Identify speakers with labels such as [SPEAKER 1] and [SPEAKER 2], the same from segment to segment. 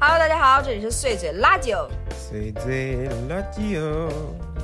[SPEAKER 1] Hello，大家好，这里是碎嘴拉酒
[SPEAKER 2] 谁最垃圾哦？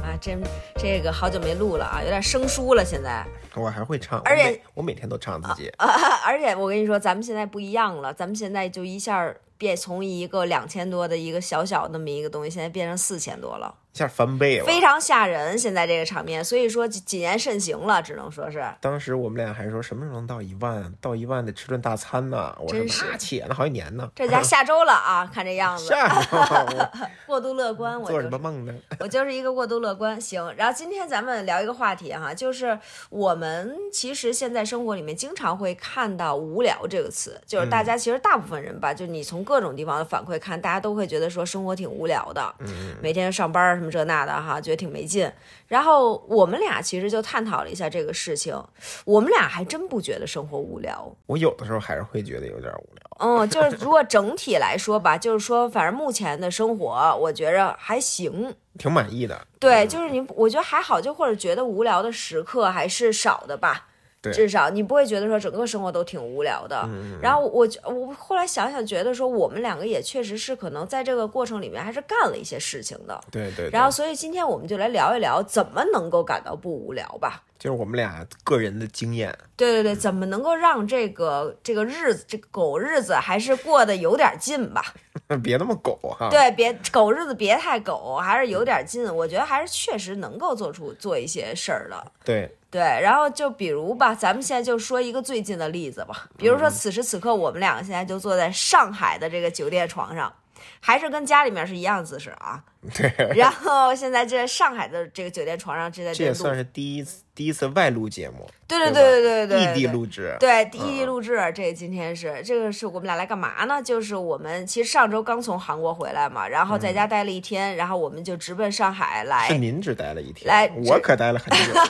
[SPEAKER 1] 啊，这这个好久没录了啊，有点生疏了现在。
[SPEAKER 2] 我还会唱，
[SPEAKER 1] 而且
[SPEAKER 2] 我每我每天都唱自己。
[SPEAKER 1] 而且我跟你说，咱们现在不一样了，咱们现在就一下儿变从一个两千多的一个小小那么一个东西，现在变成四千多了，
[SPEAKER 2] 一下翻倍了。
[SPEAKER 1] 非常吓人。现在这个场面，所以说谨谨言慎行了，只能说是。
[SPEAKER 2] 当时我们俩还说什么时候能到一万？到一万得吃顿大餐呢。我
[SPEAKER 1] 真
[SPEAKER 2] 说
[SPEAKER 1] 是
[SPEAKER 2] 那且呢，好几年呢。
[SPEAKER 1] 这家下周了啊，看这样子，
[SPEAKER 2] 吓死我！
[SPEAKER 1] 过度乐观，
[SPEAKER 2] 我
[SPEAKER 1] 我
[SPEAKER 2] 做
[SPEAKER 1] 就
[SPEAKER 2] 什
[SPEAKER 1] 是
[SPEAKER 2] 么梦呢？
[SPEAKER 1] 我就是一个过度乐观。行，然后今天咱们聊一个话题哈，就是我们其实现在生活里面经常会看到“无聊”这个词，就是大家其实大部分人吧，就你从各种地方的反馈看，大家都会觉得说生活挺无聊的，每天上班儿什么这那的哈，觉得挺没劲。然后我们俩其实就探讨了一下这个事情，我们俩还真不觉得生活无聊。
[SPEAKER 2] 我有的时候还是会觉得有点无聊。
[SPEAKER 1] 嗯，就是如果整体来说吧，就是说，反正目前的生活，我觉着还行。
[SPEAKER 2] 挺满意的。
[SPEAKER 1] 对，就是你，我觉得还好，就或者觉得无聊的时刻还是少的吧。
[SPEAKER 2] 对嗯
[SPEAKER 1] 至少你不会觉得说整个生活都挺无聊的。然后我觉我后来想想，觉得说我们两个也确实是可能在这个过程里面还是干了一些事情的。
[SPEAKER 2] 对对对。
[SPEAKER 1] 然后，所以今天我们就来聊一聊怎么能够感到不无聊吧。
[SPEAKER 2] 就是我们俩个人的经验，
[SPEAKER 1] 对对
[SPEAKER 2] 嗯
[SPEAKER 1] 对，怎么能够让这个这个日子这个狗日子还是过得有点劲吧？
[SPEAKER 2] 别那么狗哈。
[SPEAKER 1] 对，别狗日子别太狗，还是有点劲。我觉得还是确实能够做出做一些事儿的。
[SPEAKER 2] 对
[SPEAKER 1] 对，然后就比如吧，咱们现在就说一个最近的例子吧，比如
[SPEAKER 2] 嗯
[SPEAKER 1] 说此时此刻我们两个现在就坐在上海的这个酒店床上，还是跟家里面是一样姿势啊。
[SPEAKER 2] 对，
[SPEAKER 1] 然后现在这上海的这个酒店床上正在
[SPEAKER 2] 这也
[SPEAKER 1] 录，
[SPEAKER 2] 算是第一次第一次外录节目，
[SPEAKER 1] 对对对
[SPEAKER 2] 对
[SPEAKER 1] 对对对，
[SPEAKER 2] 异地
[SPEAKER 1] 对
[SPEAKER 2] 录制。嗯
[SPEAKER 1] 对，异地录制，这今天是这个是我们俩来干嘛呢？就是我们其实上周刚从韩国回来嘛，然后在
[SPEAKER 2] 嗯
[SPEAKER 1] 家待了一天，然后我们就直奔上海
[SPEAKER 2] 是
[SPEAKER 1] 来，
[SPEAKER 2] 您只待了一天，
[SPEAKER 1] 来
[SPEAKER 2] 我可待了很 久。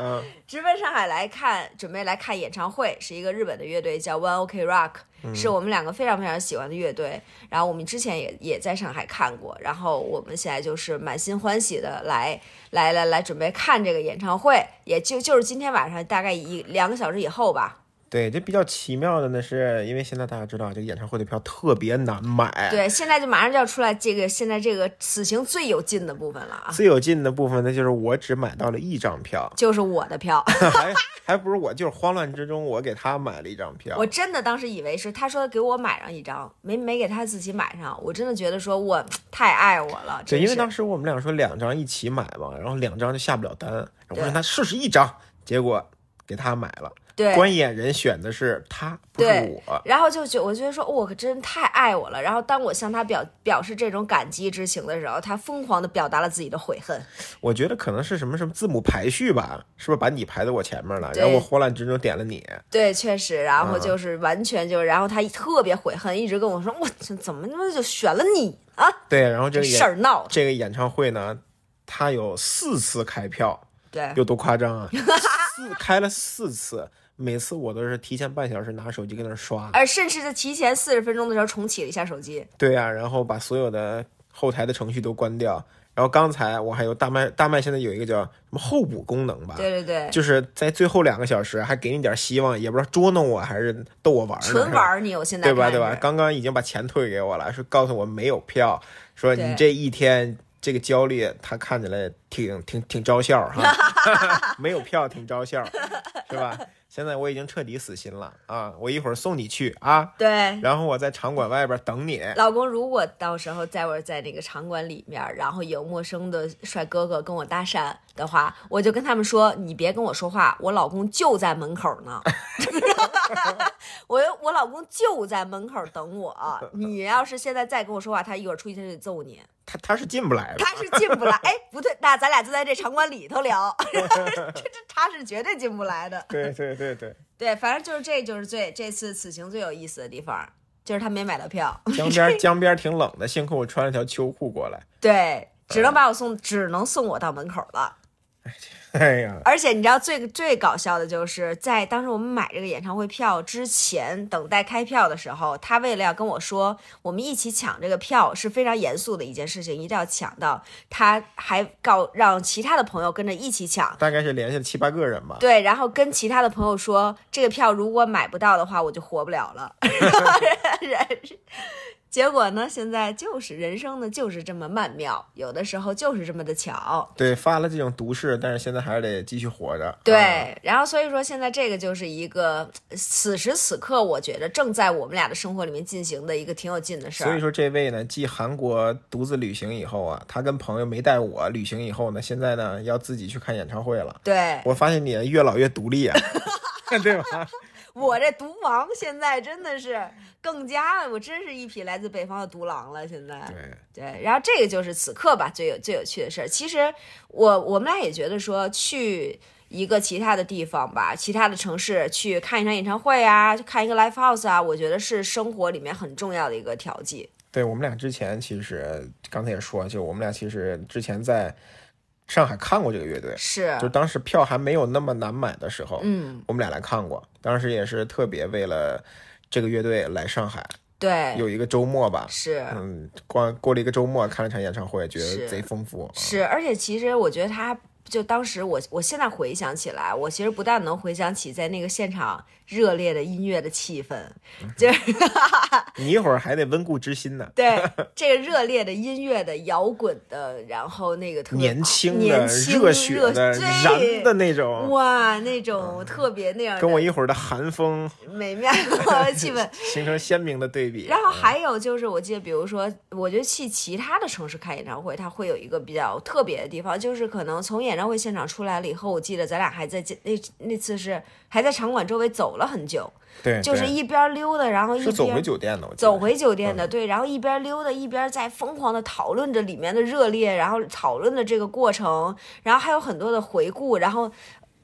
[SPEAKER 2] 嗯，
[SPEAKER 1] 直奔上海来看，准备来看演唱会，是一个日本的乐队叫 One OK Rock，是
[SPEAKER 2] 嗯
[SPEAKER 1] 我们两个非常非常喜欢的乐队。然后我们之前也也在上海看过，然后我们现在就是满心欢喜的来来来来准备看这个演唱会，也就就是今天晚上大概一两个小时以后吧，
[SPEAKER 2] 对，这比较奇妙的呢，是因为现在大家知道，这个演唱会的票特别难买。，
[SPEAKER 1] 对，现在就马上就要出来这个现在这个此行最有劲的部分了啊，，
[SPEAKER 2] 最有劲的部分呢，就是我只买到了一张票
[SPEAKER 1] 就是我的票。
[SPEAKER 2] 还还不是我，就是慌乱之中我给他买了一张票
[SPEAKER 1] 我。真的当时以为是他说给我买上一张，没没给他自己买上，我真的觉得说我太爱我了。
[SPEAKER 2] 对，
[SPEAKER 1] 真
[SPEAKER 2] 因为
[SPEAKER 1] 是
[SPEAKER 2] 当时我们俩说两张一起买嘛，然后两张就下不了单，然后我
[SPEAKER 1] 对
[SPEAKER 2] 让他试试一张，结果给他买了。
[SPEAKER 1] 对
[SPEAKER 2] 观演人选的是他，不是
[SPEAKER 1] 对
[SPEAKER 2] 我。
[SPEAKER 1] 然后就觉我觉得说，我可真太爱我了。然后当我向他表表示这种感激之情的时候，他疯狂的表达了自己的悔恨。
[SPEAKER 2] 我觉得可能是什么什么字母排序吧，是不是把你排在我前面了？然后
[SPEAKER 1] 对
[SPEAKER 2] 我慌乱之中点了你。
[SPEAKER 1] 对，确实，然后就是完全就，然后他特别悔恨，一直跟我说，我这怎么他妈就选了你啊？
[SPEAKER 2] 对，然后这
[SPEAKER 1] 这
[SPEAKER 2] 个演
[SPEAKER 1] 事儿闹的，
[SPEAKER 2] 这个演唱会呢，他有四次开票，
[SPEAKER 1] 对，
[SPEAKER 2] 有多夸张 啊？四开了四次，每次我都是提前半小时拿手机跟那儿刷。
[SPEAKER 1] 而甚至在提前四十分钟的时候重启了一下手机。
[SPEAKER 2] 对啊，然后把所有的后台的程序都关掉。然后刚才我还有大麦，大麦现在有一个叫什么候补功能吧？
[SPEAKER 1] 对对对，
[SPEAKER 2] 就是在最后两个小时还给你点希望，也不知道捉弄我还是逗我玩儿呢，
[SPEAKER 1] 纯
[SPEAKER 2] 是吧
[SPEAKER 1] 玩儿你，我现在
[SPEAKER 2] 对吧？
[SPEAKER 1] 看
[SPEAKER 2] 对吧？
[SPEAKER 1] 是
[SPEAKER 2] 刚刚已经把钱退给我了，说告诉我没有票，说
[SPEAKER 1] 对
[SPEAKER 2] 你这一天这个焦虑，他看起来挺挺挺招笑 哈，没有票挺招笑，是吧？现在我已经彻底死心了啊！我一会儿送你去啊，
[SPEAKER 1] 对。
[SPEAKER 2] 然后我在场馆外边等你。
[SPEAKER 1] 老公，如果到时候在我在那个场馆里面，然后有陌生的帅哥哥跟我搭讪的话，我就跟他们说：“你别跟我说话，我老公就在门口呢。我我老公就在门口等我。你要是现在再跟我说话，他一会儿出去他就揍你。
[SPEAKER 2] 他他是进不来的，
[SPEAKER 1] 他是进不来，哎，不对，那咱俩就在这场馆里头聊， 这这他是绝对进不来的。
[SPEAKER 2] 对对 对对，
[SPEAKER 1] 对，反正就是这就是最这次此行最有意思的地方，就是他没买到票，
[SPEAKER 2] 江边江边挺冷的，幸亏我穿了条秋裤过来。
[SPEAKER 1] 对，只能把我送，只能送我到门口了。
[SPEAKER 2] 哎呀，
[SPEAKER 1] 而且你知道最最搞笑的就是在当时我们买这个演唱会票之前，等待开票的时候，他为了要跟我说我们一起抢这个票是非常严肃的一件事情，一定要抢到，他还告让其他的朋友跟着一起抢。
[SPEAKER 2] 大概是联系了七八个人吧。
[SPEAKER 1] 对，然后跟其他的朋友 说，这个票如果买不到的话，我就活不了了。结果呢，现在就是人生呢就是这么曼妙，有的时候就是这么的巧。
[SPEAKER 2] 对，发了这种毒誓，但是现在还是得继续活着。啊
[SPEAKER 1] 对，然后所以说现在这个就是一个此时此刻，我觉得正在我们俩的生活里面进行的一个挺有劲的事
[SPEAKER 2] 所以
[SPEAKER 1] 儿。
[SPEAKER 2] 说这位呢，继韩国独自旅行以后啊，他跟朋友没带我旅行以后呢，现在呢要自己去看演唱会了。
[SPEAKER 1] 对
[SPEAKER 2] 我发现你越老越独 立啊，对吧？
[SPEAKER 1] 我这独王现在真的是更加，我真是一匹来自北方的独狼了。现在
[SPEAKER 2] 对，
[SPEAKER 1] 对，然后这个就是此刻吧，最有最有趣的事儿。其实我我们俩也觉得说去。一个其他的地方吧，其他的城市去看一场演唱会啊，去看一个 live house 啊，我觉得是生活里面很重要的一个调剂。
[SPEAKER 2] 对我们俩之前其实刚才也说，就我们俩其实之前在上海看过这个乐队，
[SPEAKER 1] 是
[SPEAKER 2] 就，当时票还没有那么难买的时候，
[SPEAKER 1] 嗯，
[SPEAKER 2] 我们俩来看过。当时也是特别为了这个乐队来上海，
[SPEAKER 1] 对，
[SPEAKER 2] 有一个周末吧，
[SPEAKER 1] 哎是，
[SPEAKER 2] 嗯，光过了一个周末看了场演唱会，觉
[SPEAKER 1] 是
[SPEAKER 2] 得贼丰富。嗯
[SPEAKER 1] 是，而且其实我觉得他就当时我我现在回想起来，我其实不但能回想起在那个现场热烈的音乐的气氛，就是
[SPEAKER 2] 你一会儿还得温故知新呢。
[SPEAKER 1] 对 这个热烈的音乐的摇滚的，然后那个特别
[SPEAKER 2] 年轻的、
[SPEAKER 1] 年轻
[SPEAKER 2] 热血的、
[SPEAKER 1] 对
[SPEAKER 2] 燃的那种，嗯
[SPEAKER 1] 哇那种特别那样
[SPEAKER 2] 跟我
[SPEAKER 1] 的
[SPEAKER 2] 一会儿的韩风
[SPEAKER 1] 美妙 的气氛。
[SPEAKER 2] 形成鲜明的对比。
[SPEAKER 1] 然后还有就是，我记得，比如说，我觉得去其他的城市看演唱会，它会有一个比较特别的地方，就是可能从演唱会现场出来了以后，我记得咱俩还在街那那次是还在场馆周围走了很久，
[SPEAKER 2] 对，
[SPEAKER 1] 就是
[SPEAKER 2] 对
[SPEAKER 1] 一边溜达，然后一
[SPEAKER 2] 是走回
[SPEAKER 1] 边
[SPEAKER 2] 酒嗯店的，我记得
[SPEAKER 1] 走回酒店的，对，然后一边溜达一边在疯狂的讨论着里面的热烈，然后讨论的这个过程，然后还有很多的回顾，然后。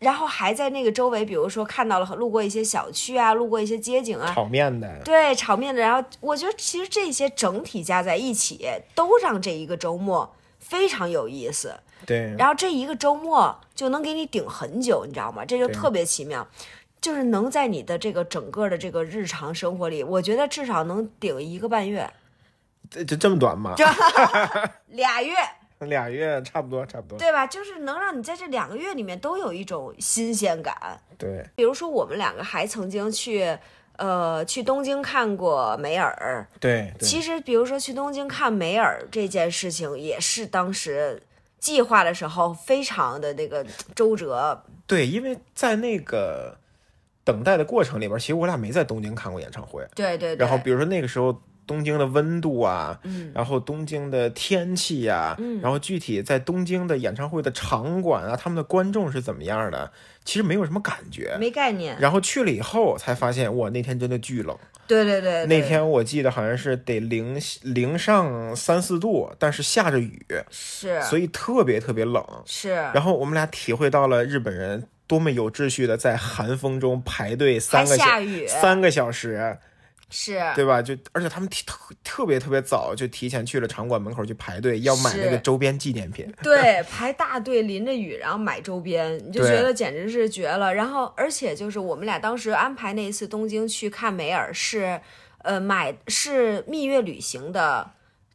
[SPEAKER 1] 然后还在那个周围，比如说看到了路过一些小区啊，路过一些街景啊，
[SPEAKER 2] 炒面的。
[SPEAKER 1] 对炒面的，然后我觉得其实这些整体加在一起，都让这一个周末非常有意思。
[SPEAKER 2] 对，
[SPEAKER 1] 然后这一个周末就能给你顶很久，你知道吗？这就
[SPEAKER 2] 对
[SPEAKER 1] 特别奇妙，就是能在你的这个整个的这个日常生活里，我觉得至少能顶一个半月、
[SPEAKER 2] 这这这么短吗？
[SPEAKER 1] 俩月，
[SPEAKER 2] 俩月差不多，差不多。
[SPEAKER 1] 对吧？就是能让你在这两个月里面都有一种新鲜感。
[SPEAKER 2] 对，
[SPEAKER 1] 比如说，我们两个还曾经去。呃，去东京看过梅尔，
[SPEAKER 2] 对，对
[SPEAKER 1] 其实，比如说去东京看梅尔这件事情，也是当时计划的时候非常的那个周折。
[SPEAKER 2] 对，因为在那个等待的过程里边，其实我俩没在东京看过演唱会。
[SPEAKER 1] 对对对。
[SPEAKER 2] 然后比如说那个时候东京的温度啊，
[SPEAKER 1] 嗯
[SPEAKER 2] 然后东京的天气呀、然后具体在东京的演唱会的场馆啊，他们的观众是怎么样的，其实没有什么感觉。
[SPEAKER 1] 没概念。
[SPEAKER 2] 然后去了以后才发现，哇，那天真的巨冷。
[SPEAKER 1] 对对对。
[SPEAKER 2] 那
[SPEAKER 1] 对
[SPEAKER 2] 天我记得好像是得零零上三四度，但是下着雨，
[SPEAKER 1] 是
[SPEAKER 2] 所以特别特别冷。
[SPEAKER 1] 是
[SPEAKER 2] 然后我们俩体会到了日本人多么有秩序的在寒风中排
[SPEAKER 1] 还
[SPEAKER 2] 队三个小
[SPEAKER 1] 下雨，
[SPEAKER 2] 三个小时，
[SPEAKER 1] 是
[SPEAKER 2] 对吧？就而且他们提特特别特别早就提前去了场馆门口去排队，要买那个
[SPEAKER 1] 是
[SPEAKER 2] 周边纪念 品。
[SPEAKER 1] 对，排大队淋着雨，然后买周边，你就觉
[SPEAKER 2] 对
[SPEAKER 1] 得简直是绝了。然后，而且就是我们俩当时安排那一次东京去看梅尔是，呃，买是蜜月旅行的。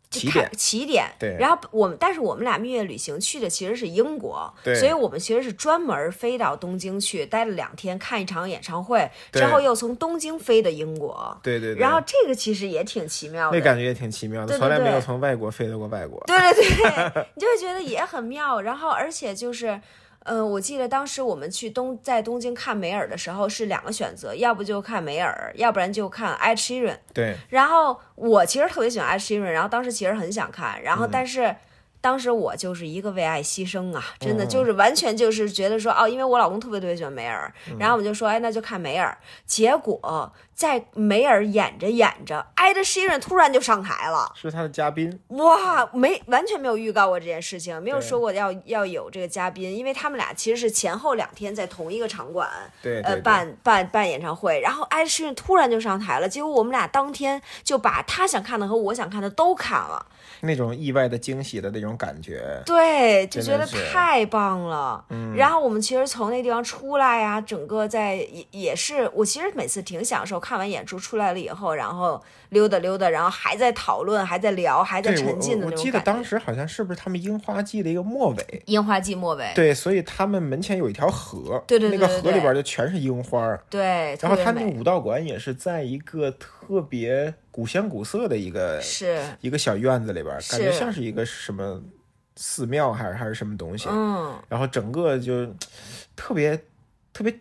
[SPEAKER 1] 就
[SPEAKER 2] 起
[SPEAKER 1] 看
[SPEAKER 2] 点
[SPEAKER 1] 起点，
[SPEAKER 2] 对
[SPEAKER 1] 然后我们，但是我们俩蜜月旅行去的其实是英国，
[SPEAKER 2] 对
[SPEAKER 1] 所以我们其实是专门飞到东京去待了两天，看一场演唱会，
[SPEAKER 2] 对
[SPEAKER 1] 之后又从东京飞的英国，
[SPEAKER 2] 对对对，
[SPEAKER 1] 然后这个其实也挺奇妙的，
[SPEAKER 2] 那感觉也挺奇妙
[SPEAKER 1] 对对
[SPEAKER 2] 的，从来没有
[SPEAKER 1] 对
[SPEAKER 2] 从外国飞到过外国。
[SPEAKER 1] 对对对，你就会觉得也很妙。然后，而且就是，呃，我记得当时我们去东在东京看梅尔的时候是两个选择，要不就看梅尔，要不然就看 Ed Sheeran。
[SPEAKER 2] 对
[SPEAKER 1] 然后我其实特别喜欢 Ed Sheeran，然后当时其实很想看，然后但是。当时我就是一个为爱牺牲啊，真的就是完全就是觉得说哦，因为我老公特别特别喜欢梅尔，然后我们就说哎，那就看梅尔。结果在梅尔演着演着，Ed Sheeran 突然就上台了，
[SPEAKER 2] 是他的嘉宾。
[SPEAKER 1] 哇，没完全没有预告过这件事情，没有
[SPEAKER 2] 对
[SPEAKER 1] 说过要要有这个嘉宾，因为他们俩其实是前后两天在同一个场馆，
[SPEAKER 2] 对对
[SPEAKER 1] 呃，
[SPEAKER 2] 对
[SPEAKER 1] 办办办演唱会，然后艾诗顿突然就上台了，结果我们俩当天就把他想看的和我想看的都看 了，
[SPEAKER 2] 那种意外的惊喜的那种感觉。
[SPEAKER 1] 对，就觉
[SPEAKER 2] 真
[SPEAKER 1] 得
[SPEAKER 2] 的是
[SPEAKER 1] 太棒了。
[SPEAKER 2] 嗯
[SPEAKER 1] 啊然后我们其实从那地方出来呀、整个在也也是，我其实每次挺享受看完演出出来了以后，然后溜达溜达，然后还在讨论，还在聊，还在
[SPEAKER 2] 对，我
[SPEAKER 1] 沉浸的
[SPEAKER 2] 我我
[SPEAKER 1] 那种
[SPEAKER 2] 记
[SPEAKER 1] 感
[SPEAKER 2] 得
[SPEAKER 1] 觉。
[SPEAKER 2] 当时好像是不是他们樱花季的一个末尾？
[SPEAKER 1] 樱花季末尾，
[SPEAKER 2] 对，所以他们门前有一条河，
[SPEAKER 1] 对对对
[SPEAKER 2] 那
[SPEAKER 1] 对
[SPEAKER 2] 个河
[SPEAKER 1] 对
[SPEAKER 2] 里边就全是樱花儿。
[SPEAKER 1] 对，
[SPEAKER 2] 然后
[SPEAKER 1] 特别
[SPEAKER 2] 他那
[SPEAKER 1] 美，
[SPEAKER 2] 武道馆也是在一个特别古香古色的一个
[SPEAKER 1] 是，
[SPEAKER 2] 一个小院子里边儿，感觉
[SPEAKER 1] 是
[SPEAKER 2] 像是一个什么寺庙还是还是什么东西，
[SPEAKER 1] 嗯，
[SPEAKER 2] 然后整个就特别特别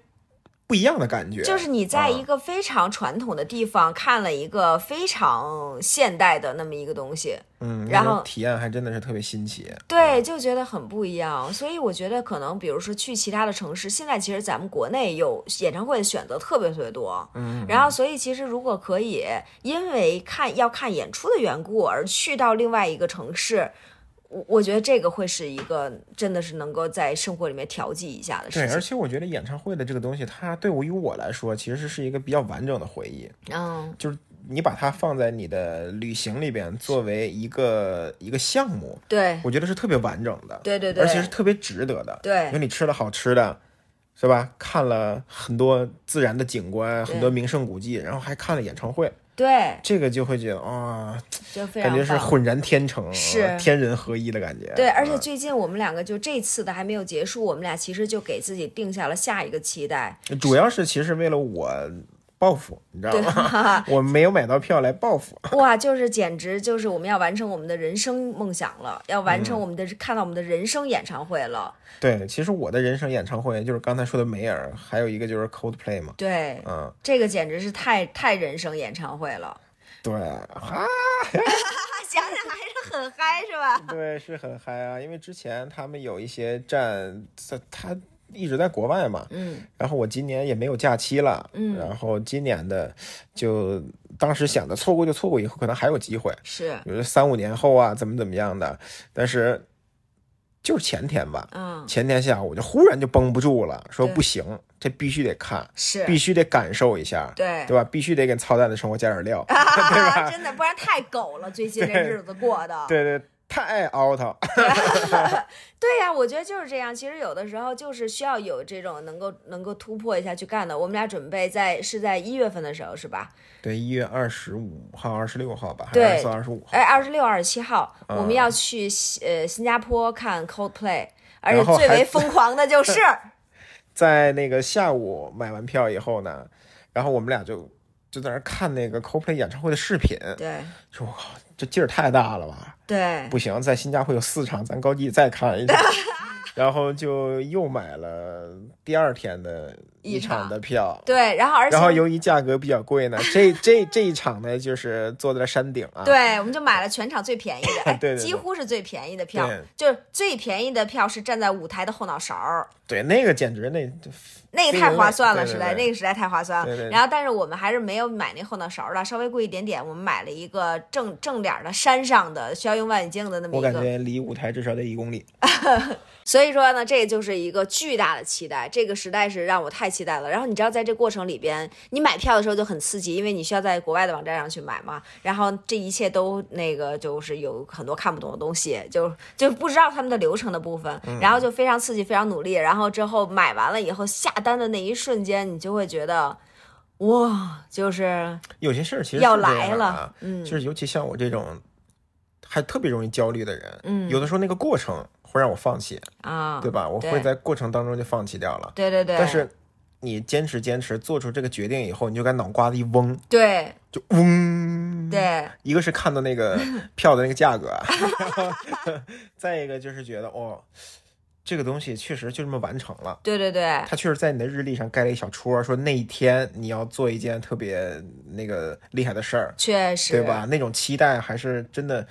[SPEAKER 2] 不一样的感觉，
[SPEAKER 1] 就是你在一个非常传统的地方看了一个非常现代的那么一个东西，
[SPEAKER 2] 嗯，
[SPEAKER 1] 然
[SPEAKER 2] 那种
[SPEAKER 1] 后
[SPEAKER 2] 体验还真的是特别新奇，
[SPEAKER 1] 对，就觉得很不一样。所以我觉得可能，比如说去其他的城市，现在其实咱们国内有演唱会的选择特别特别多，嗯，然后所以其实如果可以，因为看要看演出的缘故而去到另外一个城市。我我觉得这个会是一个，真的是能够在生活里面调剂一下的
[SPEAKER 2] 对
[SPEAKER 1] 事，情。
[SPEAKER 2] 而且我觉得演唱会的这个东西，它对我于我来说其实是一个比较完整的回忆，
[SPEAKER 1] 嗯，
[SPEAKER 2] 就是你把它放在你的旅行里边作为一个一个项目，
[SPEAKER 1] 对，
[SPEAKER 2] 我觉得是特别完整的，
[SPEAKER 1] 对对对
[SPEAKER 2] 而且是特别值得的，
[SPEAKER 1] 对
[SPEAKER 2] 因为你吃了好吃的，是吧？看了很多自然的景观，
[SPEAKER 1] 对
[SPEAKER 2] 很多名胜古迹，然后还看了演唱会，
[SPEAKER 1] 对，
[SPEAKER 2] 这个就会觉得啊、
[SPEAKER 1] 就非常
[SPEAKER 2] 感觉是
[SPEAKER 1] 棒
[SPEAKER 2] 浑然天成，啊
[SPEAKER 1] 是
[SPEAKER 2] 天人合一的感觉。
[SPEAKER 1] 对，而且
[SPEAKER 2] 啊
[SPEAKER 1] 最近我们两个就这次的还没有结束，我们俩其实就给自己定下了下一个期待。
[SPEAKER 2] 主要是其实为了我报复，你知道 吗？我没有买到票来报复。
[SPEAKER 1] 哇，就是简直就是我们要完成我们的人生梦想了，要完
[SPEAKER 2] 嗯
[SPEAKER 1] 成我们的、看到我们的人生演唱会了。
[SPEAKER 2] 对，其实我的人生演唱会就是刚才说的梅尔，还有一个就是 Coldplay 嘛。
[SPEAKER 1] 对，
[SPEAKER 2] 嗯，
[SPEAKER 1] 这个简直是太太人生演唱会了，
[SPEAKER 2] 对 啊，
[SPEAKER 1] 想想还是很嗨，是吧？
[SPEAKER 2] 对，是很嗨啊，因为之前他们有一些站，在他一直在国外嘛，
[SPEAKER 1] 嗯，
[SPEAKER 2] 然后我今年也没有假期了，
[SPEAKER 1] 嗯
[SPEAKER 2] 然后今年的就当时想的错过就错过，以后可能还有机会，
[SPEAKER 1] 是，
[SPEAKER 2] 比如说三五年后啊，怎么怎么样的，但是就是前天吧，
[SPEAKER 1] 嗯，
[SPEAKER 2] 前天下午我就忽然就绷不住了，说
[SPEAKER 1] 对
[SPEAKER 2] 不行，这必须得看，
[SPEAKER 1] 是，
[SPEAKER 2] 必须得感受一下，
[SPEAKER 1] 对
[SPEAKER 2] 对吧？必须得给操蛋的生活加点料，
[SPEAKER 1] 啊， 真的，不然太狗了，最近这
[SPEAKER 2] 对
[SPEAKER 1] 日子过的。
[SPEAKER 2] 对对，太 out 了。
[SPEAKER 1] 对呀、我觉得就是这样。其实有的时候就是需要有这种能够能够突破一下去干的。我们俩准备在是在一月份的时候是吧？
[SPEAKER 2] 对，一月二十五号、二十六号吧，还
[SPEAKER 1] 对
[SPEAKER 2] 是二十四、二十五号。
[SPEAKER 1] 哎，二十六、二十七号、
[SPEAKER 2] 嗯
[SPEAKER 1] 我们要去西呃新加坡看 Coldplay，而且
[SPEAKER 2] 然后
[SPEAKER 1] 最
[SPEAKER 2] 还
[SPEAKER 1] 为疯狂的 就是
[SPEAKER 2] 在那个下午买完票以后呢，然后我们俩就就在那儿看那个 Coldplay 演唱会的视频，
[SPEAKER 1] 对
[SPEAKER 2] 说我靠，这劲儿太大了吧！
[SPEAKER 1] 对
[SPEAKER 2] 不行，在新加坡有四场，咱高级再 看一场。然后就又买了第二天的
[SPEAKER 1] 一
[SPEAKER 2] 一
[SPEAKER 1] 场
[SPEAKER 2] 场的票，
[SPEAKER 1] 对，然后而且
[SPEAKER 2] 然后由于价格比较 贵呢，这这这一场呢就是坐在山顶啊，
[SPEAKER 1] 对，我们就买了全场最便宜的，哎
[SPEAKER 2] 对对对
[SPEAKER 1] 几乎是最便宜的票
[SPEAKER 2] 对，
[SPEAKER 1] 就是最便宜的票是站在舞台的后脑勺儿。
[SPEAKER 2] 对那个简直那
[SPEAKER 1] 那个太划算了，
[SPEAKER 2] 对对
[SPEAKER 1] 实
[SPEAKER 2] 对
[SPEAKER 1] 在那个实在太划算
[SPEAKER 2] 对对
[SPEAKER 1] 了。
[SPEAKER 2] 对
[SPEAKER 1] 然后，但是我们还是没有买那后脑勺的，稍微贵一点点。我们买了一个正正点儿的山上的，需要用望远镜的那么
[SPEAKER 2] 我
[SPEAKER 1] 一
[SPEAKER 2] 感
[SPEAKER 1] 个。
[SPEAKER 2] 觉离舞台至少得一公里。
[SPEAKER 1] 所以说呢，这就是一个巨大的期待，这个实在是让我太期待了。然后你知道，在这过程里边，你买票的时候就很刺激，因为你需要在国外的网站上去买嘛。然后这一切都那个就是有很多看不懂的东西，就就不知道他们的流程的部分，
[SPEAKER 2] 嗯
[SPEAKER 1] 然后就非常刺激，非常努力。然后之后买完了以后，下单的那一瞬间，你就会觉得。哇，就是
[SPEAKER 2] 有些事儿其实是
[SPEAKER 1] 要
[SPEAKER 2] 这样
[SPEAKER 1] 来了
[SPEAKER 2] 啊，
[SPEAKER 1] 嗯
[SPEAKER 2] 就是尤其像我这种还特别容易焦虑的人，
[SPEAKER 1] 嗯
[SPEAKER 2] 有的时候那个过程会让我放弃，
[SPEAKER 1] 啊，
[SPEAKER 2] 对吧？我会在过程当中就放弃掉了。
[SPEAKER 1] 对对对，
[SPEAKER 2] 但是你坚持坚持做出这个决定以后，你就感觉脑瓜子一嗡，
[SPEAKER 1] 对
[SPEAKER 2] 就嗡。
[SPEAKER 1] 对
[SPEAKER 2] 一个是看到那 个票的那个价格啊， 再一个就是觉得哦，这个东西确实就这么完成了。
[SPEAKER 1] 对对对，
[SPEAKER 2] 他确实在你的日历上盖了一小戳，说那一天你要做一件特别那个厉害的事儿，
[SPEAKER 1] 确实
[SPEAKER 2] 对吧？那种期待还是真的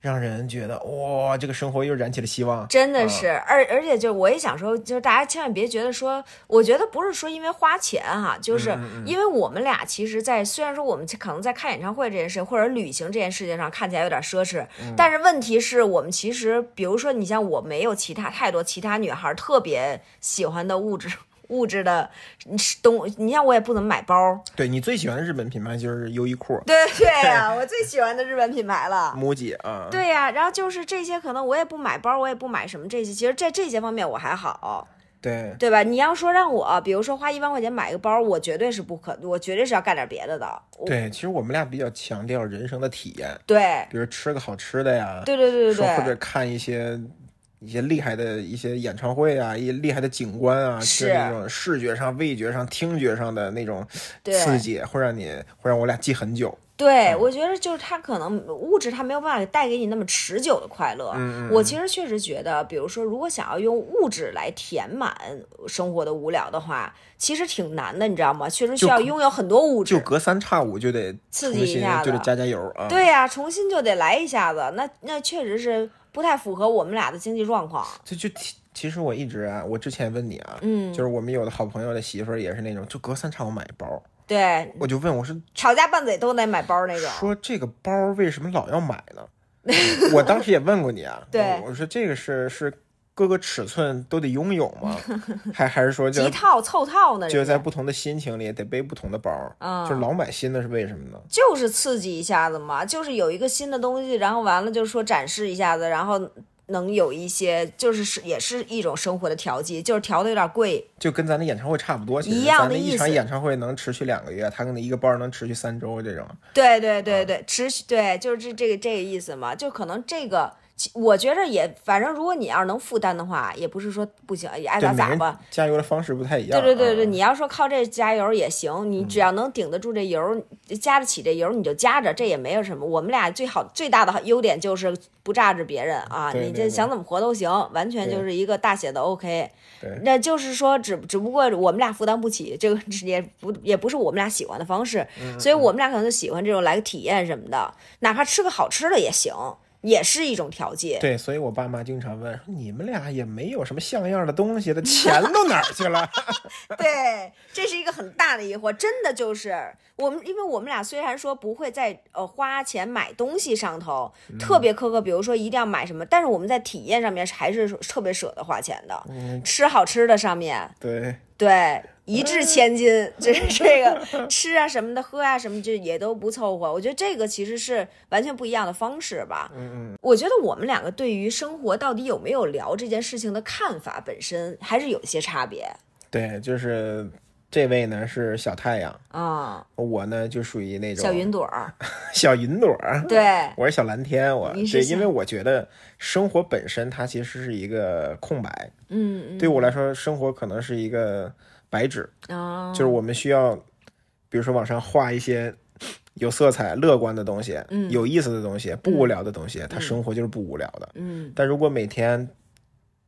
[SPEAKER 2] 让人觉得哇、这个生活又燃起了希望。
[SPEAKER 1] 真的是，而而且就我也想说，就是大家千万别觉得说，我觉得不是说因为花钱哈、就是因为我们俩其实在，虽然说我们可能在看演唱会这件事情或者旅行这件事情上看起来有点奢侈，但是问题是我们其实，比如说你像我没有其他太多其他女孩特别喜欢的物质。物质的东，你像我也不怎么买包，
[SPEAKER 2] 对你最喜欢的日本品牌就是优衣 库、
[SPEAKER 1] 对对呀、我最喜欢的日本品牌了。
[SPEAKER 2] MUJI 啊，
[SPEAKER 1] 对呀、然后就是这些，可能我也不买包，我也不买什么这些。其实在这些方面我还好，
[SPEAKER 2] 对，
[SPEAKER 1] 对吧？你要说让我，比如说花一万块钱买个包，我绝对是不可，我绝对是要干点别的的。我
[SPEAKER 2] 对，其实我们俩比较强调人生的体验，
[SPEAKER 1] 对，
[SPEAKER 2] 比如吃个好吃的呀，
[SPEAKER 1] 对对对对
[SPEAKER 2] 说或者
[SPEAKER 1] 对，
[SPEAKER 2] 看一些一些厉害的一些演唱会啊，一些厉害的景观啊，
[SPEAKER 1] 是
[SPEAKER 2] 是那种视觉上、味觉上、听觉上的那种
[SPEAKER 1] 对
[SPEAKER 2] 刺激，嗯会让你会让我俩记很久。
[SPEAKER 1] 对我觉得就是他可能物质他没有办法带给你那么持久的快乐。
[SPEAKER 2] 嗯嗯
[SPEAKER 1] 我其实确实觉得，比如说如果想要用物质来填满生活的无聊的话，其实挺难的，你知道吗？确实需
[SPEAKER 2] 就
[SPEAKER 1] 要
[SPEAKER 2] 可
[SPEAKER 1] 拥有很多物
[SPEAKER 2] 就
[SPEAKER 1] 质。
[SPEAKER 2] 隔三差五就得
[SPEAKER 1] 刺
[SPEAKER 2] 重
[SPEAKER 1] 激一
[SPEAKER 2] 新
[SPEAKER 1] 下
[SPEAKER 2] 就得
[SPEAKER 1] 子
[SPEAKER 2] 加加油啊。
[SPEAKER 1] 对呀、重新就得来一下子，那那确实是不太符合我们俩的经济状况。
[SPEAKER 2] 这就其其实我一直啊，我之前问你啊，
[SPEAKER 1] 嗯
[SPEAKER 2] 就是我们有的好朋友的媳妇儿也是那种，就隔三差五买包，
[SPEAKER 1] 对，
[SPEAKER 2] 我就问我是
[SPEAKER 1] 吵架拌嘴都得买包那种。
[SPEAKER 2] 说这个包为什么老要买呢？ 我当时也问过你啊，
[SPEAKER 1] 对
[SPEAKER 2] 我我说这个是是各个尺寸都得拥有 吗？还还是说就
[SPEAKER 1] 集套凑套呢，
[SPEAKER 2] 就
[SPEAKER 1] 人
[SPEAKER 2] 在
[SPEAKER 1] 家
[SPEAKER 2] 不同的心情里得背不同的包，
[SPEAKER 1] 啊
[SPEAKER 2] 就是老买新的是为什么呢？
[SPEAKER 1] 就是刺激一下子嘛，就是有一个新的东西，然后完了就是说展示一下子，然后能有一些就是是也是一种生活的调剂，就是调的有点贵，
[SPEAKER 2] 就跟咱的演唱会差不多，其实
[SPEAKER 1] 一样的
[SPEAKER 2] 咱的
[SPEAKER 1] 意
[SPEAKER 2] 一
[SPEAKER 1] 思
[SPEAKER 2] 场演唱会能持续两个月，他可能一个包能持续三周这种。
[SPEAKER 1] 对对对对，持续对就是这这个这个意思嘛，就可能这个。其我觉着也，反正如果你要是能负担的话，也不是说不行，也爱
[SPEAKER 2] 对
[SPEAKER 1] 咋
[SPEAKER 2] 每
[SPEAKER 1] 咋
[SPEAKER 2] 人
[SPEAKER 1] 吧。
[SPEAKER 2] 加油的方式不太一样。
[SPEAKER 1] 对对对对，
[SPEAKER 2] 嗯
[SPEAKER 1] 你要说靠这加油也行，你只要能顶得住这油，加得起这油你就加着，这也没有什么。我们俩最好最大的优点就是不榨着别人啊，
[SPEAKER 2] 对
[SPEAKER 1] 你
[SPEAKER 2] 对
[SPEAKER 1] 这
[SPEAKER 2] 对
[SPEAKER 1] 想怎么活都行，完全就是一个大写的 OK
[SPEAKER 2] 对。
[SPEAKER 1] 那就是说只只不过我们俩负担不起，这个 也不也不是我们俩喜欢的方式，
[SPEAKER 2] 嗯
[SPEAKER 1] 所以我们俩可能就喜欢这种来个体验什么的，哪怕吃个好吃的也行，也是一种调剂。
[SPEAKER 2] 对，所以我爸妈经常问说你们俩也没有什么像样的东西了，钱都哪儿去了？
[SPEAKER 1] 对，这是一个很大的疑惑，真的就是我们，因为我们俩虽然说不会在呃花钱买东西上头
[SPEAKER 2] 嗯
[SPEAKER 1] 特别苛刻，比如说一定要买什么，但是我们在体验上面还是特别舍得花钱的，
[SPEAKER 2] 嗯
[SPEAKER 1] 吃好吃的上面，
[SPEAKER 2] 对，
[SPEAKER 1] 对，一掷千
[SPEAKER 2] 嗯
[SPEAKER 1] 金，就是这 个吃啊什么的，喝啊什么，就也都不凑合。我觉得这个其实是完全不一样的方式吧。
[SPEAKER 2] 嗯嗯，
[SPEAKER 1] 我觉得我们两个对于生活到底有没有聊这件事情的看法本身还是有一些差别
[SPEAKER 2] 对，就是这位呢是小太阳，
[SPEAKER 1] 啊、
[SPEAKER 2] 我呢就属于那种
[SPEAKER 1] 小云朵 儿。
[SPEAKER 2] 小云朵儿，
[SPEAKER 1] 对，
[SPEAKER 2] 我是小蓝天，我
[SPEAKER 1] 你是
[SPEAKER 2] 对，因
[SPEAKER 1] 小
[SPEAKER 2] 为我觉得生活本身它其实是一个空白，
[SPEAKER 1] 嗯
[SPEAKER 2] 对我来说，生活可能是一个白纸，
[SPEAKER 1] 嗯啊，
[SPEAKER 2] 就是我们需要，比如说往上画一些有色彩、乐观的东西，
[SPEAKER 1] 嗯
[SPEAKER 2] 有意思的东西，不无聊的东西，他生活就是不无聊的。
[SPEAKER 1] 嗯
[SPEAKER 2] 但如果每天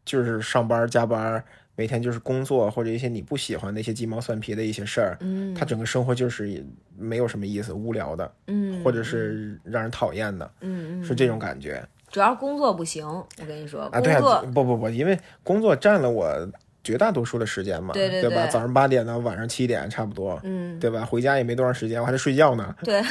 [SPEAKER 2] 就是上班加班，每天就是工作或者一些你不喜欢的一些鸡毛蒜皮的一些事儿，
[SPEAKER 1] 嗯
[SPEAKER 2] 他整个生活就是没有什么意思、无聊的，
[SPEAKER 1] 嗯，
[SPEAKER 2] 或者是让人讨厌的，
[SPEAKER 1] 嗯嗯，
[SPEAKER 2] 是这种感觉
[SPEAKER 1] 主要是工作不行，我跟你说，
[SPEAKER 2] 啊。
[SPEAKER 1] 工
[SPEAKER 2] 对啊
[SPEAKER 1] 作，
[SPEAKER 2] 不不不，因为工作占了我。绝大多数的时间嘛，
[SPEAKER 1] 对对
[SPEAKER 2] 对吧？
[SPEAKER 1] 对
[SPEAKER 2] 早上八点到晚上七点差不多，
[SPEAKER 1] 嗯。
[SPEAKER 2] 对吧？回家也没多长时间，我还得睡觉呢。
[SPEAKER 1] 对，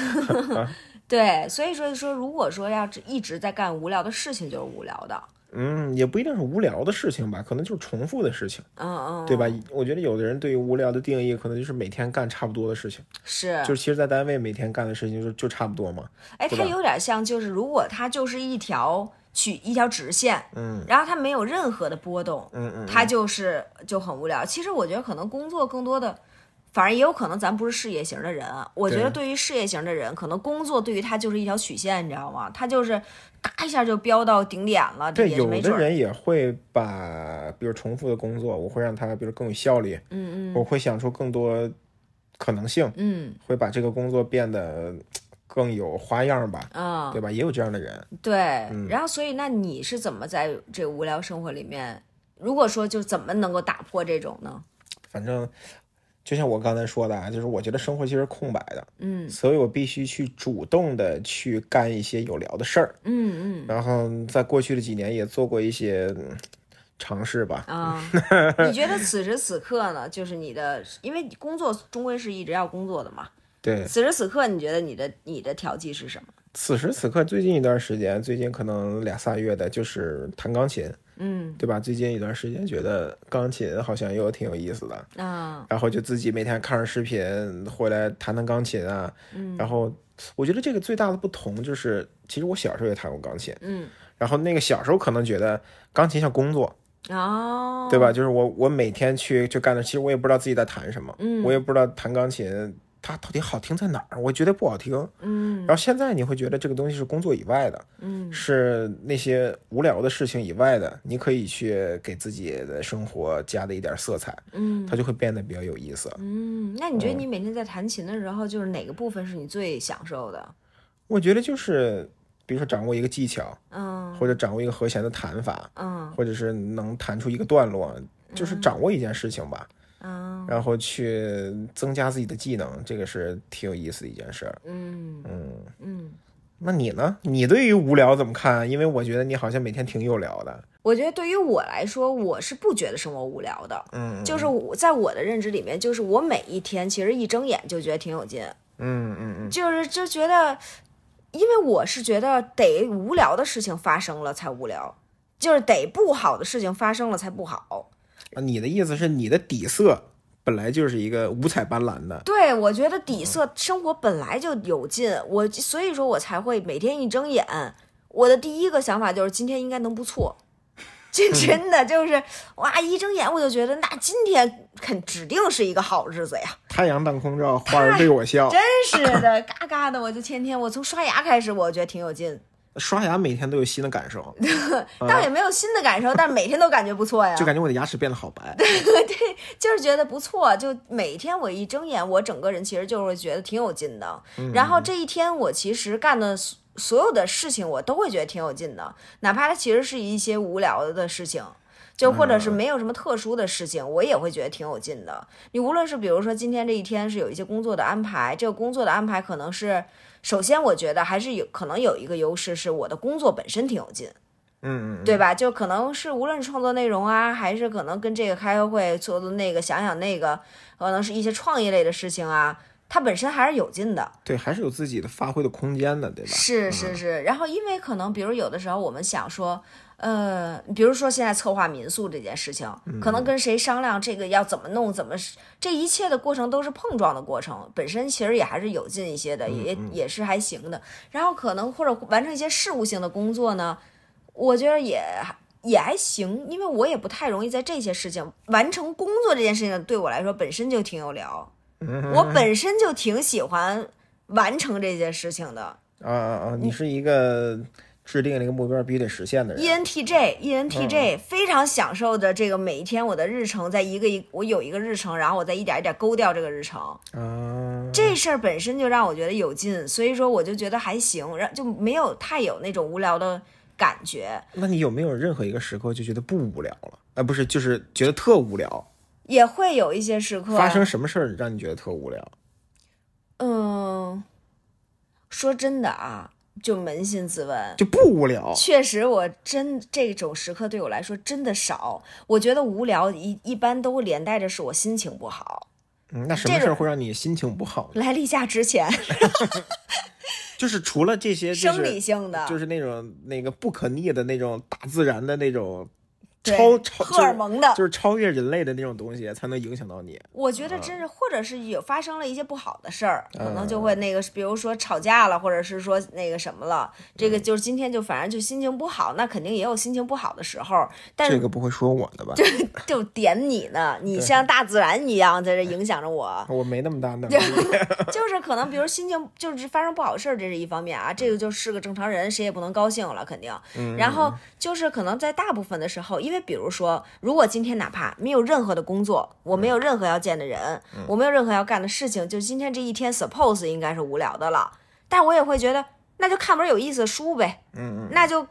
[SPEAKER 1] 对，所以说说，如果说要是一直在干无聊的事情，就是无聊的，
[SPEAKER 2] 嗯，也不一定是无聊的事情吧，可能就是重复的事情，
[SPEAKER 1] 嗯嗯，
[SPEAKER 2] 对吧？？我觉得有的人对于无聊的定义，可能就是每天干差不多的事情，
[SPEAKER 1] 是，
[SPEAKER 2] 就是其实，在单位每天干的事情就就差不多嘛。
[SPEAKER 1] 哎，
[SPEAKER 2] 对
[SPEAKER 1] 它
[SPEAKER 2] 吧
[SPEAKER 1] 有点像，就是如果它就是一条曲一条直线，
[SPEAKER 2] 嗯，
[SPEAKER 1] 然后它没有任何的波动，
[SPEAKER 2] 嗯嗯，
[SPEAKER 1] 它就是就很无聊。其实我觉得可能工作更多的，反正也有可能咱不是事业型的人啊。我觉得对于事业型的人，可能工作对于他就是一条曲线，你知道吗？他就是嘎一下就飙到顶点了，这
[SPEAKER 2] 对，
[SPEAKER 1] 也是
[SPEAKER 2] 有
[SPEAKER 1] 没准
[SPEAKER 2] 的
[SPEAKER 1] 儿。
[SPEAKER 2] 人也会把，比如重复的工作，我会让他，比如更有效率，嗯嗯，我会想出更多可能性，
[SPEAKER 1] 嗯
[SPEAKER 2] 会把这个工作变得更有花样吧，
[SPEAKER 1] 啊、
[SPEAKER 2] 对吧？嗯也有这样的人，
[SPEAKER 1] 对。然后，所以那你是怎么在这无聊生活里面？如果说就怎么能够打破这种呢？
[SPEAKER 2] 反正就像我刚才说的啊，就是我觉得生活其实是空白的，
[SPEAKER 1] 嗯
[SPEAKER 2] 所以我必须去主动的去干一些有聊的事儿。
[SPEAKER 1] 嗯
[SPEAKER 2] 然后在过去的几年也做过一些嗯尝试吧
[SPEAKER 1] 嗯， 啊，你觉得此时此刻呢？就是你的，因为工作终归是一直要工作的嘛。
[SPEAKER 2] 对，
[SPEAKER 1] 此时此刻，你觉得你的你的调剂是什么？
[SPEAKER 2] 此时此刻最近一段时间，最近可能俩仨月的，就是弹钢琴，
[SPEAKER 1] 嗯
[SPEAKER 2] 对吧？最近一段时间觉得钢琴好像又挺有意思的，
[SPEAKER 1] 啊，
[SPEAKER 2] 然后就自己每天看着视频回来弹弹钢琴啊，嗯，然后我觉得这个最大的不同就是，其实我小时候也弹过钢琴，
[SPEAKER 1] 嗯
[SPEAKER 2] 然后那个小时候可能觉得钢琴像工作，
[SPEAKER 1] 哦，
[SPEAKER 2] 对吧？就是我我每天去就干的，其实我也不知道自己在弹什么，
[SPEAKER 1] 嗯
[SPEAKER 2] 我也不知道弹钢琴它到底好听在哪儿，我觉得不好听。
[SPEAKER 1] 嗯
[SPEAKER 2] 然后现在你会觉得这个东西是工作以外的，
[SPEAKER 1] 嗯
[SPEAKER 2] 是那些无聊的事情以外的，你可以去给自己的生活加的一点色彩，
[SPEAKER 1] 嗯
[SPEAKER 2] 它就会变得比较有意思。
[SPEAKER 1] 嗯，那你觉得你每天在弹琴的时候，就是哪个部分是你最享受的？
[SPEAKER 2] 我觉得就是，比如说掌握一个技巧，
[SPEAKER 1] 嗯
[SPEAKER 2] 或者掌握一个和弦的弹法，
[SPEAKER 1] 嗯
[SPEAKER 2] 或者是能弹出一个段落，就是掌握一件事情吧，
[SPEAKER 1] 嗯
[SPEAKER 2] 然后去增加自己的技能，这个是挺有意思的一件事儿。
[SPEAKER 1] 嗯
[SPEAKER 2] 嗯，
[SPEAKER 1] 嗯。
[SPEAKER 2] 那你呢？你对于无聊怎么看啊？因为我觉得你好像每天挺有聊的。
[SPEAKER 1] 我觉得对于我来说，我是不觉得生活无聊的。
[SPEAKER 2] 嗯
[SPEAKER 1] 就是我在我的认知里面，就是我每一天其实一睁眼就觉得挺有劲，
[SPEAKER 2] 嗯嗯嗯，
[SPEAKER 1] 就是就觉得，因为我是觉得得无聊的事情发生了才无聊，就是得不好的事情发生了才不好。
[SPEAKER 2] 啊你的意思是你的底色本来就是一个五彩斑斓的。
[SPEAKER 1] 对，我觉得底色生活本来就有劲，我所以说我才会每天一睁眼，我的第一个想法就是今天应该能不错。
[SPEAKER 2] 嗯
[SPEAKER 1] 这真的就是哇！一睁眼我就觉得，那今天肯指定是一个好日子呀。
[SPEAKER 2] 太阳当空照，花儿对我笑。
[SPEAKER 1] 真是的，嘎嘎的，我就天天我从刷牙开始，我觉得挺有劲，
[SPEAKER 2] 刷牙每天都有新的感受，
[SPEAKER 1] 倒也没有新的感受，但是每天都感觉不错呀，
[SPEAKER 2] 嗯就感觉我的牙齿变得好白。
[SPEAKER 1] 就是觉得不错。就每天我一睁眼，我整个人其实就会觉得挺有劲的。然后这一天我其实干的所所有的事情，我都会觉得挺有劲的，哪怕它其实是一些无聊的事情。就或者是没有什么特殊的事情，我也会觉得挺有劲的。你无论是比如说今天这一天是有一些工作的安排，这个工作的安排可能是，首先我觉得还是有可能有一个优势是我的工作本身挺有劲，
[SPEAKER 2] 嗯嗯
[SPEAKER 1] 对吧？就可能是无论是创作内容啊，还是可能跟这个开个会，做做那个，想想那个，可能是一些创意类的事情啊，它本身还是有劲的。
[SPEAKER 2] 嗯，对，还是有自己的发挥的空间的，对吧？嗯
[SPEAKER 1] 是是是。然后因为可能，比如有的时候我们想说，呃，比如说现在策划民宿这件事情，
[SPEAKER 2] 嗯
[SPEAKER 1] 可能跟谁商量这个要怎么弄，怎么是这一切的过程都是碰撞的过程，本身其实也还是有劲一些的，
[SPEAKER 2] 嗯
[SPEAKER 1] 也也是还行的。然后可能或者完成一些事务性的工作呢，我觉得也。也还行，因为我也不太容易在这些事情完成工作这件事情，对我来说本身就挺有聊， 我本身就挺喜欢完成这些事情的。
[SPEAKER 2] 啊啊啊！你是一个制定了一个目标必须得实现
[SPEAKER 1] E
[SPEAKER 2] 的人。
[SPEAKER 1] ENTJ ENTJ、非
[SPEAKER 2] 嗯
[SPEAKER 1] 常享受着这个每一天我的日程，在一个一我有一个日程，然后我再一点一点勾掉这个日程，
[SPEAKER 2] 啊，
[SPEAKER 1] 这事儿本身就让我觉得有劲，所以说我就觉得还行，然就没有太有那种无聊的感觉，
[SPEAKER 2] 那你有没有任何一个时刻就觉得不无聊了？啊，不是，就是觉得特无聊。
[SPEAKER 1] 也会有一些时刻
[SPEAKER 2] 发生什么事儿让你觉得特无聊？
[SPEAKER 1] 嗯，说真的啊，就扪心自问，
[SPEAKER 2] 就不无聊。
[SPEAKER 1] 确实，我真这种时刻对我来说真的少，我觉得无聊一一般都连带着是我心情不好。
[SPEAKER 2] 嗯，那什么
[SPEAKER 1] 这个
[SPEAKER 2] 事儿会让你心情不好呢？
[SPEAKER 1] 来例假之前，
[SPEAKER 2] 就是除了这些，就是
[SPEAKER 1] 生理性的，
[SPEAKER 2] 就是那种那个不可逆的那种大自然的那种
[SPEAKER 1] 对
[SPEAKER 2] 超超
[SPEAKER 1] 荷尔蒙的
[SPEAKER 2] 就是，就是超越人类的那种东西，才能影响到你。
[SPEAKER 1] 我觉得真是，或者是有发生了一些不好的事儿，可能就
[SPEAKER 2] 啊嗯
[SPEAKER 1] 会那个，比如说吵架了，或者是说那个什么了，
[SPEAKER 2] 嗯
[SPEAKER 1] 这个就是今天就反正就心情不好，那肯定也有心情不好的时候，但
[SPEAKER 2] 这
[SPEAKER 1] 是
[SPEAKER 2] 个不会说我 的吧？
[SPEAKER 1] 就点你呢，你像大自然一样在这影响着我，
[SPEAKER 2] 我没那么大 能力。嗯
[SPEAKER 1] 就是可能比如心情就是发生不好的事儿，这是一方面啊，这个就是个正常人，谁也不能高兴了，肯定。
[SPEAKER 2] 嗯
[SPEAKER 1] 然后就是可能在大部分的时候，因为比如说，如果今天哪怕没有任何的工作，我没有
[SPEAKER 2] 嗯
[SPEAKER 1] 任何要见的人，我没有任何要干的事情，就今天这一天 suppose 应该是无聊的了，但我也会觉得那就看本有意思的书呗，
[SPEAKER 2] 嗯
[SPEAKER 1] 那就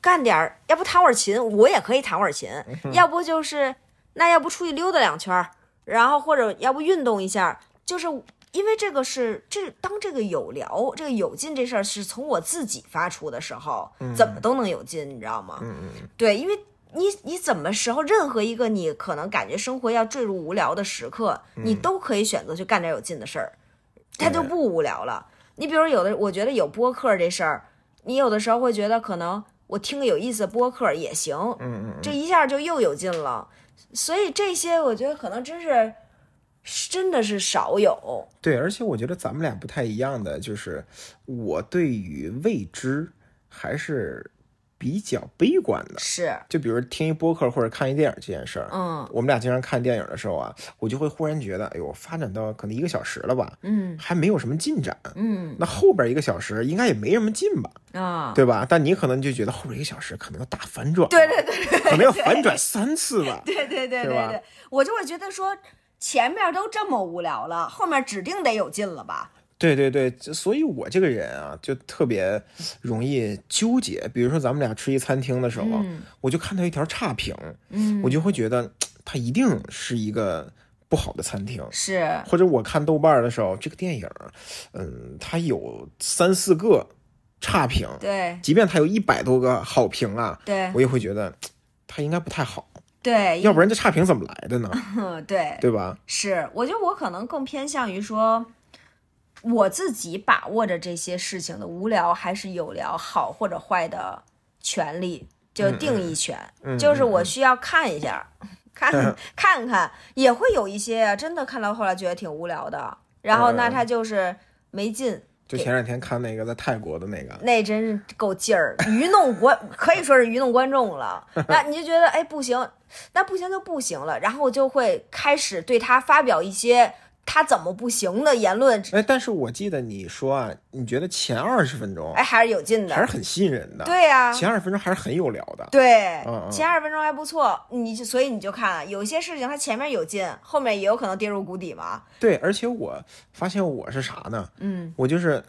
[SPEAKER 1] 干点儿，要不弹会儿琴，我也可以弹会儿琴，
[SPEAKER 2] 嗯
[SPEAKER 1] 要不就是那要不出去溜达两圈儿，然后或者要不运动一下儿，就是因为这个是这当这个有聊这个有劲这事儿是从我自己发出的时候，怎么都能有劲，你知道吗？
[SPEAKER 2] 嗯嗯，
[SPEAKER 1] 对，因为你你怎么时候任何一个你可能感觉生活要坠入无聊的时刻，你都可以选择去干点有劲的事儿，它就
[SPEAKER 2] 嗯对
[SPEAKER 1] 不无聊了。你比如有的，我觉得有播客这事儿，你有的时候会觉得可能我听个有意思的播客也行，
[SPEAKER 2] 嗯嗯，
[SPEAKER 1] 这一下就又有劲了。所以这些我觉得可能真是是真的是少有，
[SPEAKER 2] 对，而且我觉得咱们俩不太一样的，就是我对于未知还是比较悲观的。
[SPEAKER 1] 是，
[SPEAKER 2] 就比如听一播客或者看一电影这件事儿，
[SPEAKER 1] 嗯
[SPEAKER 2] 我们俩经常看电影的时候啊，我就会忽然觉得，哎呦，发展到可能一个小时了吧，
[SPEAKER 1] 嗯
[SPEAKER 2] 还没有什么进展。
[SPEAKER 1] 嗯
[SPEAKER 2] 那后边一个小时应该也没什么进吧，
[SPEAKER 1] 啊，
[SPEAKER 2] 对吧？但你可能就觉得后边一个小时可能要大反转，
[SPEAKER 1] 对对对，
[SPEAKER 2] 可能要反转三次吧。
[SPEAKER 1] 对对对
[SPEAKER 2] 对
[SPEAKER 1] 对
[SPEAKER 2] 吧
[SPEAKER 1] 对，我就会觉得说。前面都这么无聊了，后面指定得有劲了吧？
[SPEAKER 2] 对对对，就所以我这个人啊，就特别容易纠结。比如说咱们俩吃一餐厅的时候，我就看到一条差评，
[SPEAKER 1] 嗯，
[SPEAKER 2] 我就会觉得它一定是一个不好的餐厅。
[SPEAKER 1] 是，
[SPEAKER 2] 或者我看豆瓣儿的时候，这个电影儿，嗯，它有三四个差评，
[SPEAKER 1] 对
[SPEAKER 2] 即便它有一百多个好评啊，
[SPEAKER 1] 对哎
[SPEAKER 2] 我也会觉得它应该不太好，
[SPEAKER 1] 对，
[SPEAKER 2] 要不然这差评怎么来的呢？
[SPEAKER 1] 嗯，对，
[SPEAKER 2] 对吧？
[SPEAKER 1] 是，我觉得我可能更偏向于说，我自己把握着这些事情的无聊还是有聊，好或者坏的权利，就
[SPEAKER 2] 嗯
[SPEAKER 1] 定义权，就是我需要看一下， 看看看，也会有一些啊，真的看到后来觉得挺无聊的，然后那
[SPEAKER 2] 嗯
[SPEAKER 1] 他就是没劲。
[SPEAKER 2] 就前两天看那个在泰国的那个，
[SPEAKER 1] 那真是够劲儿，愚弄观 可以说是愚弄观众了。那你就觉得哎不行，那不行就不行了，然后就会开始对他发表一些他怎么不行的言论，
[SPEAKER 2] 哎，但是我记得你说啊，你觉得前二十分钟
[SPEAKER 1] 哎还是有劲
[SPEAKER 2] 还
[SPEAKER 1] 的。
[SPEAKER 2] 是很吸引人的，
[SPEAKER 1] 对呀、
[SPEAKER 2] 前二十分钟还是很有聊的，
[SPEAKER 1] 对
[SPEAKER 2] 嗯嗯，
[SPEAKER 1] 前二十分钟还不错，你就所以你就看啊，有一些事情它前面有劲，后面也有可能跌入谷底嘛。
[SPEAKER 2] 对，而且我发现我是啥呢？
[SPEAKER 1] 嗯，
[SPEAKER 2] 我就是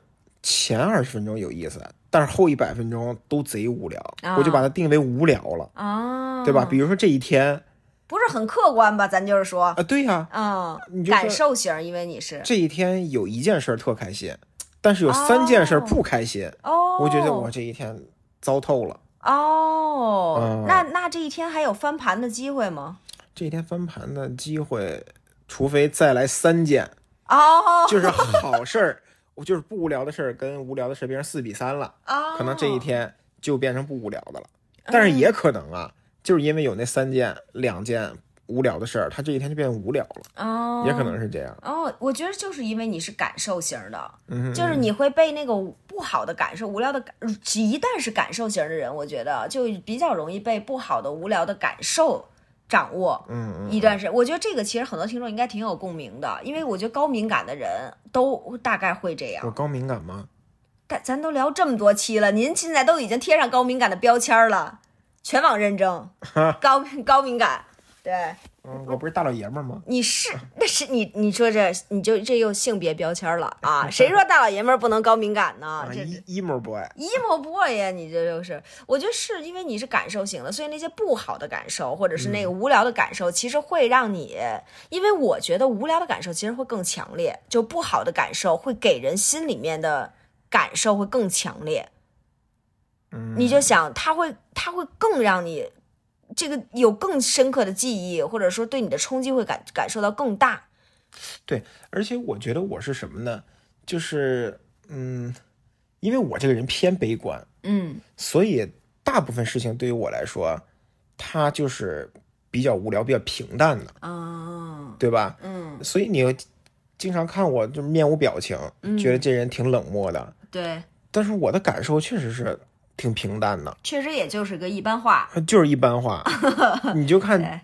[SPEAKER 2] 前二十分钟有意思，但是后一百分钟都贼无聊，
[SPEAKER 1] 啊
[SPEAKER 2] 我就把它定为无聊了，
[SPEAKER 1] 啊，
[SPEAKER 2] 对吧？比如说这一天
[SPEAKER 1] 不是很客观吧？咱就是说，
[SPEAKER 2] 啊，对呀、
[SPEAKER 1] 嗯
[SPEAKER 2] 你，就
[SPEAKER 1] 感
[SPEAKER 2] 说
[SPEAKER 1] 受型，因为你是
[SPEAKER 2] 这一天有一件事儿特开心，但是有三件事儿不开心，
[SPEAKER 1] 哦，
[SPEAKER 2] 我觉得我这一天糟透了。
[SPEAKER 1] 哦，
[SPEAKER 2] 嗯
[SPEAKER 1] 那那这一天还有翻盘的机会吗？
[SPEAKER 2] 这一天翻盘的机会，除非再来三件，
[SPEAKER 1] 哦，
[SPEAKER 2] 就是好事儿，我就是不无聊的事儿跟无聊的事儿变成四比三了，
[SPEAKER 1] 哦，嗯
[SPEAKER 2] 可能这一天就变成不无聊的了。但是也可能啊，就是因为有那三件、两件无聊的事儿，他这一天就变无聊了，
[SPEAKER 1] 哦，
[SPEAKER 2] 也可能是这样。
[SPEAKER 1] 哦，我觉得就是因为你是感受型的，
[SPEAKER 2] 嗯哼，
[SPEAKER 1] 就是你会被那个不好的感受、无聊的感，一旦是感受型的人，我觉得就比较容易被不好的、无聊的感受掌握。
[SPEAKER 2] 嗯嗯，
[SPEAKER 1] 一段时间，我觉得这个其实很多听众应该挺有共鸣的，因为我觉得高敏感的人都大概会这样
[SPEAKER 2] 我。高敏感吗？
[SPEAKER 1] 但咱都聊这么多期了，您现在都已经贴上高敏感的标签儿了，全网认证高高敏感。对，
[SPEAKER 2] 嗯，我不是大老爷们儿吗？
[SPEAKER 1] 你是那是你你说这你就这又性别标签儿了啊？谁说大老爷们儿不能高敏感呢
[SPEAKER 2] 啊？
[SPEAKER 1] 这
[SPEAKER 2] ，emo emo boy。
[SPEAKER 1] emo boy 呀，你这就是，我觉得是因为你是感受型的，所以那些不好的感受或者是那个无聊的感受，其实会让你，因为我觉得无聊的感受其实会更强烈，就不好的感受会给人心里面的感受会更强烈。
[SPEAKER 2] 嗯，
[SPEAKER 1] 你就想它会，它会更让你这个有更深刻的记忆，或者说对你的冲击会感感受到更大。
[SPEAKER 2] 而且我觉得我是什么呢？就是嗯，因为我这个人偏悲观，
[SPEAKER 1] 嗯
[SPEAKER 2] 所以大部分事情对于我来说，它就是比较无聊、比较平淡的，
[SPEAKER 1] 啊
[SPEAKER 2] 对吧？
[SPEAKER 1] 嗯，
[SPEAKER 2] 所以你经常看我就面无表情，
[SPEAKER 1] 嗯
[SPEAKER 2] 觉得这人挺冷漠的，
[SPEAKER 1] 对，
[SPEAKER 2] 但是我的感受确实是挺平淡的，
[SPEAKER 1] 确实也就是个一般化。
[SPEAKER 2] 就是一 般化。你就看
[SPEAKER 1] 对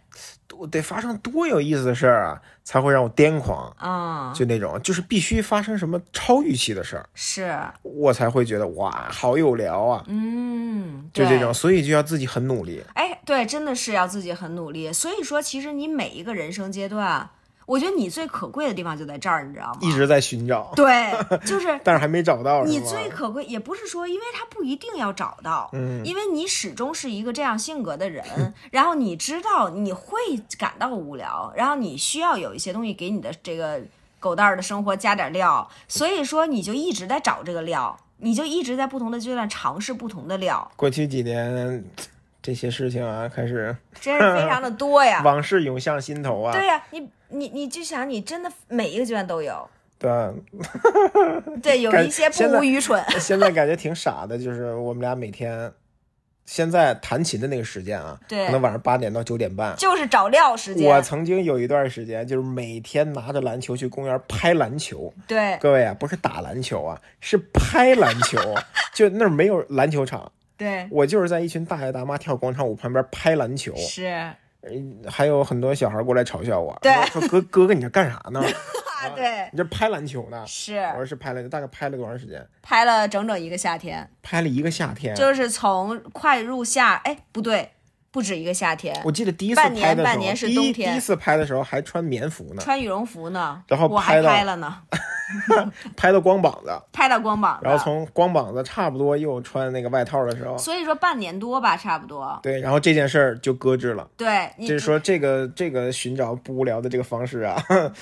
[SPEAKER 2] 我得发生多有意思的事儿啊，才会让我癫狂，
[SPEAKER 1] 啊、
[SPEAKER 2] 就那种就是必须发生什么超预期的事儿，
[SPEAKER 1] 是，
[SPEAKER 2] 我才会觉得哇，好有聊啊，
[SPEAKER 1] 嗯，
[SPEAKER 2] 就
[SPEAKER 1] 对
[SPEAKER 2] 这种，。所以就要自己很努力。
[SPEAKER 1] 哎，对，真的是要自己很努力。所以说，其实你每一个人生阶段，我觉得你最可贵的地方就在这儿，你知道吗？
[SPEAKER 2] 一直在寻 找，
[SPEAKER 1] 对，就是
[SPEAKER 2] 但是还没找到，是
[SPEAKER 1] 你
[SPEAKER 2] 吗
[SPEAKER 1] 最可贵，也不是说，因为他不一定要找到，
[SPEAKER 2] 嗯
[SPEAKER 1] 因为你始终是一个这样性格的人，然后你知道你会感到无聊，然后你需要有一些东西给你的这个狗蛋儿的生活加点料，所以说你就一直在找这个料，你就一直在不同的阶段尝试不同的料，
[SPEAKER 2] 过去几年这些事情啊，开始
[SPEAKER 1] 真是非常的多 呀。
[SPEAKER 2] 往事涌向心头啊。
[SPEAKER 1] 对呀、你你你就想，你真的每一个阶段都有，
[SPEAKER 2] 对，
[SPEAKER 1] 对，有
[SPEAKER 2] 感
[SPEAKER 1] 一些不
[SPEAKER 2] 现在
[SPEAKER 1] 无愚蠢，
[SPEAKER 2] 现在感觉挺傻的，就是我们俩每天，现在弹琴的那个时间啊，
[SPEAKER 1] 对
[SPEAKER 2] 可能晚上八点到九点半。
[SPEAKER 1] 就是找料时
[SPEAKER 2] 我
[SPEAKER 1] 间，
[SPEAKER 2] 曾经有一段时间，就是每天拿着篮球去公园拍篮球。
[SPEAKER 1] 对。
[SPEAKER 2] 各位啊，不是打篮球啊，是拍篮球，就那儿没有篮球场，
[SPEAKER 1] 对，
[SPEAKER 2] 我就是在一群大爷大妈跳广场舞旁边拍篮球，呃
[SPEAKER 1] 是，
[SPEAKER 2] 还有很多小孩过来嘲笑我，
[SPEAKER 1] 对
[SPEAKER 2] 说哥哥哥你这干啥呢？
[SPEAKER 1] 啊，对，
[SPEAKER 2] 你这拍篮球呢？我
[SPEAKER 1] 是
[SPEAKER 2] 说是拍篮球，大概拍了多长时间？
[SPEAKER 1] 拍了整整一个夏天，
[SPEAKER 2] 拍了一个夏天。
[SPEAKER 1] 就是从快入夏，哎，不对，不止一个夏天，
[SPEAKER 2] 我记得第一次
[SPEAKER 1] 半年
[SPEAKER 2] 拍的时候，
[SPEAKER 1] 半年是
[SPEAKER 2] 第
[SPEAKER 1] 冬
[SPEAKER 2] 一
[SPEAKER 1] 天
[SPEAKER 2] 第一次拍的时候还穿棉服呢，
[SPEAKER 1] 穿羽绒服呢，
[SPEAKER 2] 然后
[SPEAKER 1] 我还
[SPEAKER 2] 拍到
[SPEAKER 1] 拍了呢，
[SPEAKER 2] 拍到光膀子，
[SPEAKER 1] 拍到光膀
[SPEAKER 2] 然后
[SPEAKER 1] 了，
[SPEAKER 2] 从光膀子差不多又穿那个外套的时候，
[SPEAKER 1] 所以说半年多吧，差不多。
[SPEAKER 2] 对，然后这件事儿就搁置了。
[SPEAKER 1] 对，你
[SPEAKER 2] 就是说，这个这个寻找不无聊的这个方式啊，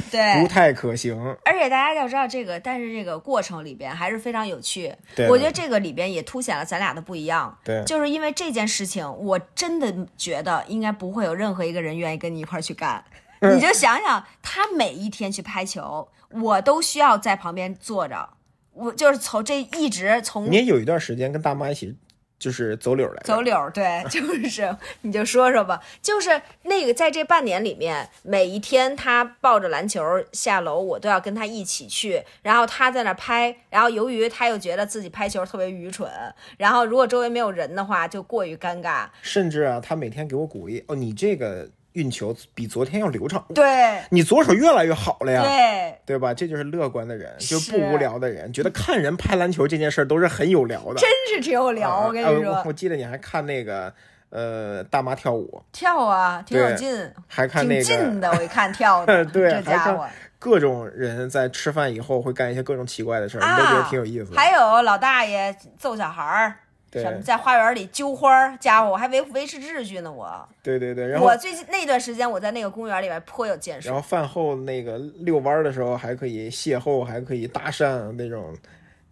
[SPEAKER 1] 对嗯
[SPEAKER 2] 不，太可行。
[SPEAKER 1] 而且大家要知道这个，但是这个过程里边还是非常有趣。
[SPEAKER 2] 对
[SPEAKER 1] 我觉得这个里边也凸显了咱俩的不一样。
[SPEAKER 2] 对
[SPEAKER 1] 就是因为这件事情，我真的觉得应该不会有任何一个人愿意跟你一块儿去 干。你就想想，他每一天去拍球，我都需要在旁边坐着。我就是从这一直从
[SPEAKER 2] 你也有一段时间跟大妈一起，就是走柳儿来着
[SPEAKER 1] 走柳儿， 对，就是你就说说吧，就是那个在这半年里面，每一天他抱着篮球下楼，我都要跟他一起去，然后他在那拍，然后由于他又觉得自己拍球特别愚蠢，然后如果周围没有人的话，就过于尴尬，
[SPEAKER 2] 甚至啊，他每天给我鼓励，哦，你这个运球比昨天要流畅，
[SPEAKER 1] 对
[SPEAKER 2] 你左手越来越好了呀。
[SPEAKER 1] 对。
[SPEAKER 2] 对吧？这就是乐观的人，就是不无聊的人，觉得看人拍篮球这件事儿都是很有聊的。
[SPEAKER 1] 真是挺有聊，
[SPEAKER 2] 啊
[SPEAKER 1] 我跟
[SPEAKER 2] 啊
[SPEAKER 1] 你说，
[SPEAKER 2] 我我记得你还看那个呃大妈跳舞，
[SPEAKER 1] 跳啊，挺有
[SPEAKER 2] 对
[SPEAKER 1] 劲，
[SPEAKER 2] 还看
[SPEAKER 1] 挺
[SPEAKER 2] 那
[SPEAKER 1] 近
[SPEAKER 2] 个
[SPEAKER 1] 的。我一看跳的，
[SPEAKER 2] 对
[SPEAKER 1] 这
[SPEAKER 2] 还
[SPEAKER 1] 家
[SPEAKER 2] 看
[SPEAKER 1] 伙
[SPEAKER 2] 各种人在吃饭以后会干一些各种奇怪的事儿，你都觉
[SPEAKER 1] 啊，
[SPEAKER 2] 得挺有意思的。
[SPEAKER 1] 还有老大爷揍小孩儿，
[SPEAKER 2] 对
[SPEAKER 1] 什么在花园里揪花儿，家伙我还维维持秩序呢我。
[SPEAKER 2] 对对对，然后
[SPEAKER 1] 我最近那段时间我在那个公园里边颇有建
[SPEAKER 2] 然
[SPEAKER 1] 树，
[SPEAKER 2] 后饭后那个遛弯儿的时候还可以邂逅，还可以搭讪那种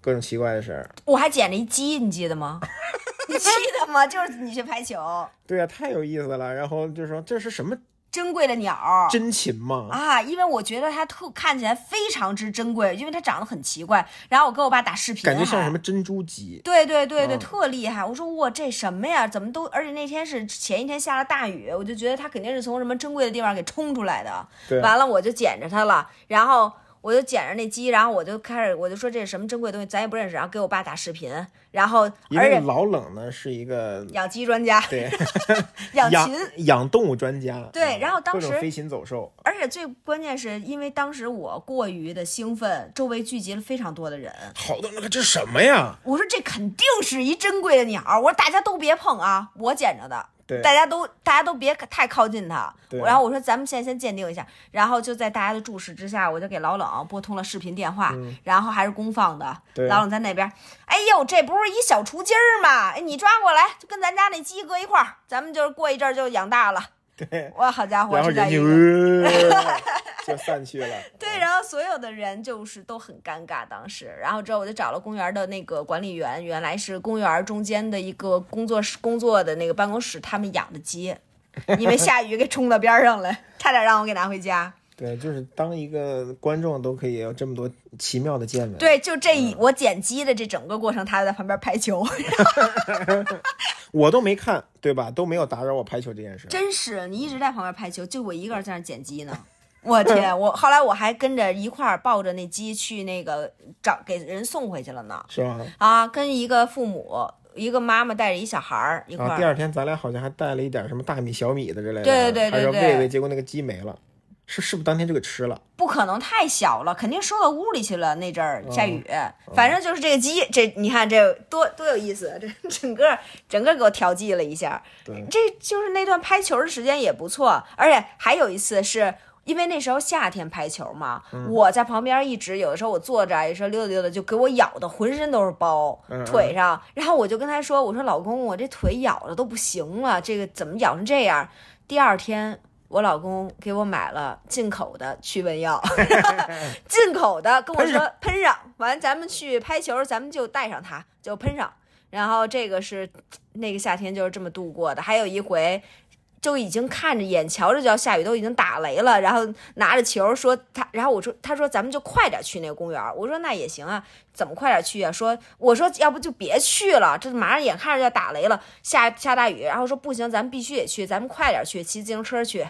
[SPEAKER 2] 各种奇怪的事儿。
[SPEAKER 1] 我还捡了一鸡，你记得吗？ 你记得吗？就是你去排球，
[SPEAKER 2] 对啊，太有意思了。然后就说这是什么
[SPEAKER 1] 珍贵的鸟儿。
[SPEAKER 2] 真琴吗？
[SPEAKER 1] 啊，因为我觉得它特看起来非常之珍贵，因为它长得很奇怪。然后我跟我爸打视频，
[SPEAKER 2] 感觉像什么珍珠鸡。
[SPEAKER 1] 对对对对，
[SPEAKER 2] 嗯
[SPEAKER 1] 特厉害！我说哇，这什么呀？怎么都……而且那天是前一天下了大雨，我就觉得它肯定是从什么珍贵的地方给冲出来的。
[SPEAKER 2] 对
[SPEAKER 1] 完了我就捡着它了，然后我就捡着那鸡，然后我就开始我就说这是什么珍贵的东西，咱也不认识，然后给我爸打视频，然后
[SPEAKER 2] 因
[SPEAKER 1] 而
[SPEAKER 2] 为
[SPEAKER 1] 且
[SPEAKER 2] 老冷呢是一个
[SPEAKER 1] 养鸡专家
[SPEAKER 2] 对
[SPEAKER 1] 养
[SPEAKER 2] 养
[SPEAKER 1] 呃禽。
[SPEAKER 2] 养动物专家，
[SPEAKER 1] 对
[SPEAKER 2] 嗯
[SPEAKER 1] 然后当
[SPEAKER 2] 各种
[SPEAKER 1] 时
[SPEAKER 2] 飞禽走兽，
[SPEAKER 1] 而且最关键是因为当时我过于的兴奋，周围聚集了非常多的人。
[SPEAKER 2] 好多人看这什么呀？
[SPEAKER 1] 我说这肯定是一珍贵的鸟儿，我说大家都别碰啊，我捡着的。
[SPEAKER 2] 对
[SPEAKER 1] 大家都大家都别太靠近它。
[SPEAKER 2] 对
[SPEAKER 1] 然后我说咱们现在先鉴定一下，然后就在大家的注视之下，我就给老冷拨通了视频电话，然后还是公放的。
[SPEAKER 2] 嗯对
[SPEAKER 1] 老冷在那边，哎呦，这不是一小雏鸡儿吗？哎，你抓过来，就跟咱家那鸡搁一块儿，咱们就是过一阵儿就养大了。
[SPEAKER 2] 对，
[SPEAKER 1] 哇，好家伙，
[SPEAKER 2] 然后
[SPEAKER 1] 是这
[SPEAKER 2] 人就、
[SPEAKER 1] 一个。
[SPEAKER 2] 呃就散去了。
[SPEAKER 1] 对，然后所有的人就是都很尴尬，当时，然后之后我就找了公园的那个管理员，原来是公园中间的一个工作室工作的那个办公室，他们养的 鸡，因为下雨给冲到边儿上了，差点让我给拿回家。
[SPEAKER 2] 对，就是当一个观众都可以有这么多奇妙的见闻。
[SPEAKER 1] 对，就这一我捡鸡的这整个过程，他就在旁边拍球，
[SPEAKER 2] 我都没看，对吧？都没有打扰我排球这件事。
[SPEAKER 1] 真是你一直在旁边拍球，就我一个人在那儿捡鸡呢。 我天！我后来我还跟着一块儿抱着那鸡去那个找给人送回去了呢。
[SPEAKER 2] 是吧？
[SPEAKER 1] 啊，跟一个父母，一个妈妈带着一小孩儿一块
[SPEAKER 2] 然后
[SPEAKER 1] 儿。
[SPEAKER 2] 第二天咱俩好像还带了一点什么大米、小米的之类的，
[SPEAKER 1] 对对对
[SPEAKER 2] 还
[SPEAKER 1] 对
[SPEAKER 2] 说
[SPEAKER 1] 对
[SPEAKER 2] 喂喂，结果那个鸡没了，是是不是当天就给吃了？
[SPEAKER 1] 不可能太小了，肯定收到屋里去了。那阵儿
[SPEAKER 2] 嗯
[SPEAKER 1] 下雨，反正就是这个鸡，这你看这多多有意思，这整个整个给我调剂了一下。
[SPEAKER 2] 对，
[SPEAKER 1] 这就是那段拍球的时间也不错，而且还有一次是。因为那时候夏天拍球嘛，
[SPEAKER 2] 嗯
[SPEAKER 1] 我在旁边一直有的时候我坐着啊，有时候溜达溜达，就给我咬的浑身都是包，
[SPEAKER 2] 嗯嗯
[SPEAKER 1] 腿上。然后我就跟他说：“我说老公，我这腿咬的都不行了，这个怎么咬成这样？”第二天，我老公给我买了进口的驱蚊 药，进口的，跟我说喷上，完咱们去拍球，咱们就带上它，就喷上。然后这个是那个夏天就是这么度过的。还有一回，就已经看着眼瞧着就要下雨，都已经打雷了，然后拿着球说他，然后我说他说咱们就快点去那个公园儿，我说那也行啊，怎么快点去啊？说我说要不就别去了，这马上眼看着就要打雷了，下下大雨，然后说不行，咱们必须得去，咱们快点去，骑自行车去，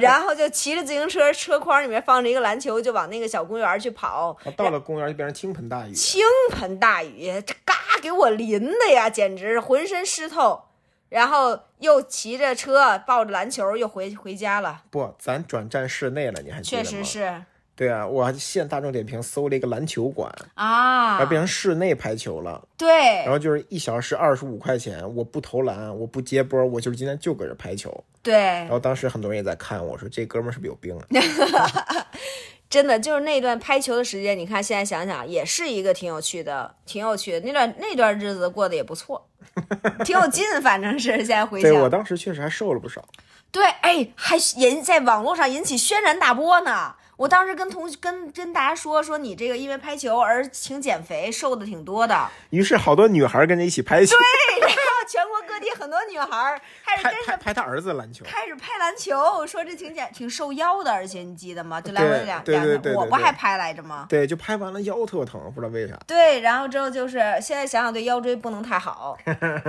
[SPEAKER 1] 然后就骑着自行车，车筐里面放着一个篮球，就往那个小公园儿去跑，
[SPEAKER 2] 啊到了公园就变成倾盆大雨，
[SPEAKER 1] 倾盆大雨，这嘎给我淋的呀，简直是浑身湿透。然后又骑着车抱着篮球又回回家了，
[SPEAKER 2] 不，咱转战室内了，你还记得
[SPEAKER 1] 确
[SPEAKER 2] 吗？
[SPEAKER 1] 实是
[SPEAKER 2] 对啊，我还现大众点评搜了一个篮球馆，然
[SPEAKER 1] 啊哎
[SPEAKER 2] 后，变成室内排球了，
[SPEAKER 1] 对
[SPEAKER 2] 然后就是一小时二十五块钱，我不投篮，我不接波，我就是今天就搁这排球。
[SPEAKER 1] 对
[SPEAKER 2] 然，后当时很多人也在看我，说这哥们儿是不是有病啊？
[SPEAKER 1] 真的就是那段拍球的时间，你看现在想想也是一个挺有趣的，挺有趣的那段那段日子过得也不错，挺有劲，反正是现在回想
[SPEAKER 2] 对，我当时确实还瘦了不少。
[SPEAKER 1] 对，哎，还引在网络上引起轩然大波呢。我当时跟同跟跟大家说说你这个因为拍球而请减肥，瘦的挺多的。
[SPEAKER 2] 于是好多女孩跟着一起拍球，
[SPEAKER 1] 对，然后 全国各地很多女孩儿开始
[SPEAKER 2] 拍
[SPEAKER 1] 跟
[SPEAKER 2] 拍拍他儿子篮球。
[SPEAKER 1] 开始拍篮球，说这挺减挺瘦腰的，而且你记得吗？就来
[SPEAKER 2] 对
[SPEAKER 1] 回两
[SPEAKER 2] 对
[SPEAKER 1] 两
[SPEAKER 2] 对
[SPEAKER 1] 趟
[SPEAKER 2] 对
[SPEAKER 1] 我
[SPEAKER 2] 对
[SPEAKER 1] 不
[SPEAKER 2] 对
[SPEAKER 1] 还拍来着吗？
[SPEAKER 2] 对，就拍完了腰特疼，不知道为啥。
[SPEAKER 1] 对，然后之后就是现在想想对腰椎不能太好，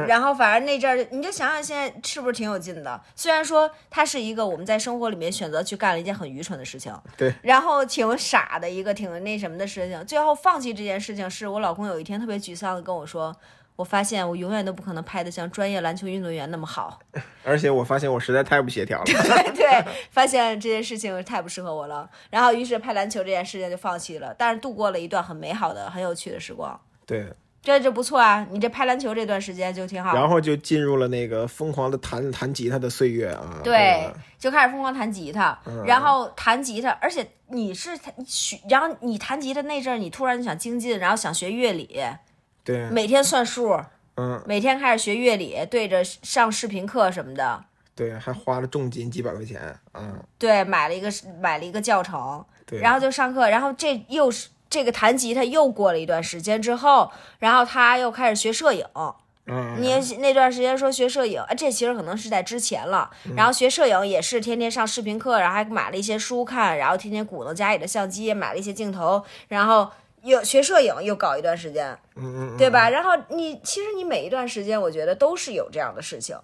[SPEAKER 1] 然后反正那阵儿你就想想现在是不是挺有劲的？虽然说它是一个我们在生活里面选择去干了一件很愚蠢的事情，
[SPEAKER 2] 对，
[SPEAKER 1] 然后挺傻的一个挺那什么的事情，最后放弃这件事情是我老公有一天特别沮丧的跟我说。我发现我永远都不可能拍得像专业篮球运动员那么好，
[SPEAKER 2] 而且我发现我实在太不协调了。
[SPEAKER 1] 对，发现这件事情太不适合我了，然后于是拍篮球这件事情就放弃了，但是度过了一段很美好的、很有趣的时光。
[SPEAKER 2] 对，
[SPEAKER 1] 这就不错啊！你这拍篮球这段时间就挺 好，
[SPEAKER 2] 然后就进入了那个疯狂的弹弹吉他的岁月啊。
[SPEAKER 1] 对
[SPEAKER 2] 吧，
[SPEAKER 1] 就开始疯狂弹吉他，
[SPEAKER 2] 嗯
[SPEAKER 1] 然后弹吉他，而且你是弹学，然后你弹吉他那阵儿，你突然就想精进，然后想学乐理，
[SPEAKER 2] 对，
[SPEAKER 1] 每天算数，
[SPEAKER 2] 嗯，
[SPEAKER 1] 每天开始学乐理，对着上视频课什么的，
[SPEAKER 2] 对，还花了重金几百块钱啊。
[SPEAKER 1] 对，买了一个买了一个教程，
[SPEAKER 2] 对，
[SPEAKER 1] 然后就上课，然后这又是这个弹吉他又过了一段时间之后，然后他又开始学摄影，
[SPEAKER 2] 嗯，
[SPEAKER 1] 你也是那段时间说学摄影，啊，这其实可能是在之前了。
[SPEAKER 2] 嗯
[SPEAKER 1] 然后学摄影也是天天上视频课，然后还买了一些书看，然后天天鼓弄家里的相机，买了一些镜头，然后又学摄影又搞一段时间，
[SPEAKER 2] 嗯嗯
[SPEAKER 1] 对吧？然后你其实你每一段时间，我觉得都是有这样的事情，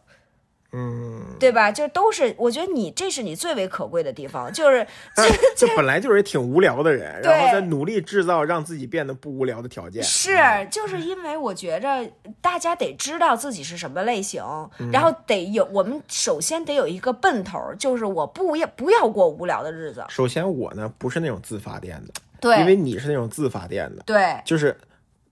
[SPEAKER 2] 嗯，
[SPEAKER 1] 对吧？就都是，我觉得你这是你最为可贵的地方，就是
[SPEAKER 2] 就本来就是挺无聊的人，
[SPEAKER 1] 对
[SPEAKER 2] 然后再努力制造让自己变得不无聊的条件。嗯
[SPEAKER 1] 是，就是因为我觉着大家得知道自己是什么类型，
[SPEAKER 2] 嗯
[SPEAKER 1] 然后得有我们首先得有一个奔头儿，就是我不要不要过无聊的日子。
[SPEAKER 2] 首先我呢不是那种自发电的，因
[SPEAKER 1] 对
[SPEAKER 2] 为你是那种自发电的，
[SPEAKER 1] 对
[SPEAKER 2] 就是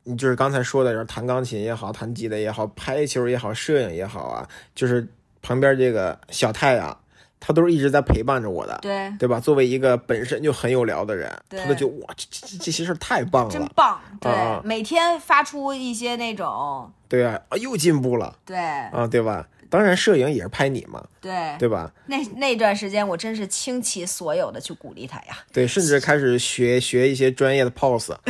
[SPEAKER 2] 你就是刚才说的，就是弹钢琴也好，弹吉他也好，拍球也好，摄影也好啊，就是旁边这个小太啊，他都是一直在陪伴着我的，
[SPEAKER 1] 对，
[SPEAKER 2] 对吧？作为一个本身就很有聊的人，
[SPEAKER 1] 对
[SPEAKER 2] 他都觉得哇，这这这些事儿太棒
[SPEAKER 1] 真
[SPEAKER 2] 了，
[SPEAKER 1] 棒！对，
[SPEAKER 2] 啊
[SPEAKER 1] 每天发出一些那种，
[SPEAKER 2] 对啊，啊又进步了
[SPEAKER 1] 对
[SPEAKER 2] 啊，对吧？当然，摄影也是拍你嘛，
[SPEAKER 1] 对，
[SPEAKER 2] 对吧？
[SPEAKER 1] 那那段时间我真是倾其所有的去鼓励他呀。
[SPEAKER 2] 对，甚至开始学学一些专业的 pose，、啊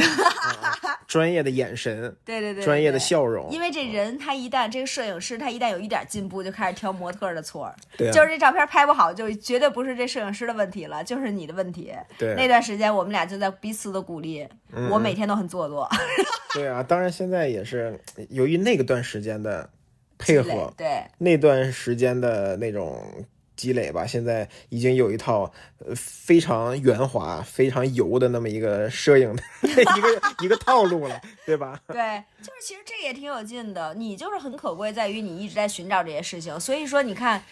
[SPEAKER 2] 啊专业的眼神，
[SPEAKER 1] 对对对
[SPEAKER 2] 专业的。
[SPEAKER 1] 对对
[SPEAKER 2] 笑容，
[SPEAKER 1] 因为这人他一旦这个摄影师他一旦有一点进步，就开始挑模特儿的错儿，
[SPEAKER 2] 对啊
[SPEAKER 1] 就是这照片拍不好，就绝对不是这摄影师的问题了，就是你的问题。那
[SPEAKER 2] 对嗯
[SPEAKER 1] 段时间我们俩就在彼此的鼓励，我每天都很做作，
[SPEAKER 2] 对啊。当然，现在也是由于那个段时间的配合，
[SPEAKER 1] 对
[SPEAKER 2] 那段时间的那种积累吧，现在已经有一套呃非常圆滑、非常油的那么一个摄影的 一个一个套路了，对吧？
[SPEAKER 1] 对，就是其实这也挺有劲的，你就是很可贵在于你一直在寻找这些事情，所以说你看。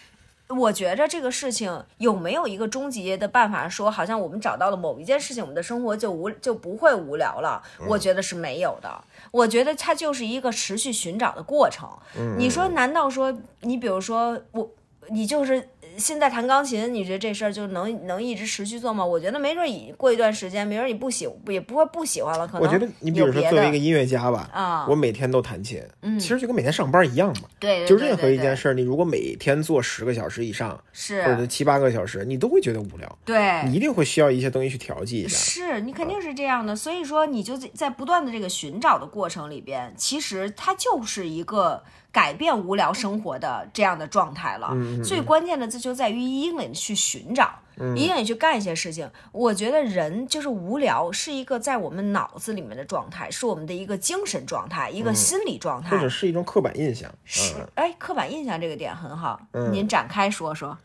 [SPEAKER 1] 我觉着这个事情有没有一个终极的办法说，好像我们找到了某一件事情，我们的生活就无就不会无聊了？
[SPEAKER 2] 嗯
[SPEAKER 1] 我觉得是没有的。我觉得它就是一个持续寻找的过程。
[SPEAKER 2] 嗯
[SPEAKER 1] 你说，难道说你比如说我，你就是现在弹钢琴，你觉得这事儿就能能一直持续做吗？我觉得没准儿以过一段时间，没准儿你不喜也不会不喜欢了。可能
[SPEAKER 2] 我觉得你比
[SPEAKER 1] 有
[SPEAKER 2] 如说
[SPEAKER 1] 别
[SPEAKER 2] 作为
[SPEAKER 1] 的
[SPEAKER 2] 一个音乐家吧，
[SPEAKER 1] 啊嗯
[SPEAKER 2] 我每天都弹琴，其实就跟每天上班一样嘛。
[SPEAKER 1] 对，对
[SPEAKER 2] 就
[SPEAKER 1] 对
[SPEAKER 2] 任何
[SPEAKER 1] 对
[SPEAKER 2] 一件
[SPEAKER 1] 对
[SPEAKER 2] 事儿，你如果每天做十个小时以上，或者
[SPEAKER 1] 是，
[SPEAKER 2] 七八个小时，你都会觉得无聊，
[SPEAKER 1] 对，
[SPEAKER 2] 你一定会需要一些东西去调剂一下。
[SPEAKER 1] 是是你肯定是这样的，所以说你就在在不断的这个寻找的过程里边，其实它就是一个改变无聊生活的这样的状态了。
[SPEAKER 2] 嗯
[SPEAKER 1] 最关键的这就在于一定得去寻找，一定得去干一些事情。我觉得人就是无聊是一个在我们脑子里面的状态，是我们的一个精神状态，一个心理状态
[SPEAKER 2] 嗯或。者是一种刻板印象。
[SPEAKER 1] 是
[SPEAKER 2] 嗯，
[SPEAKER 1] 哎，刻板印象这个点很好，您展开说说。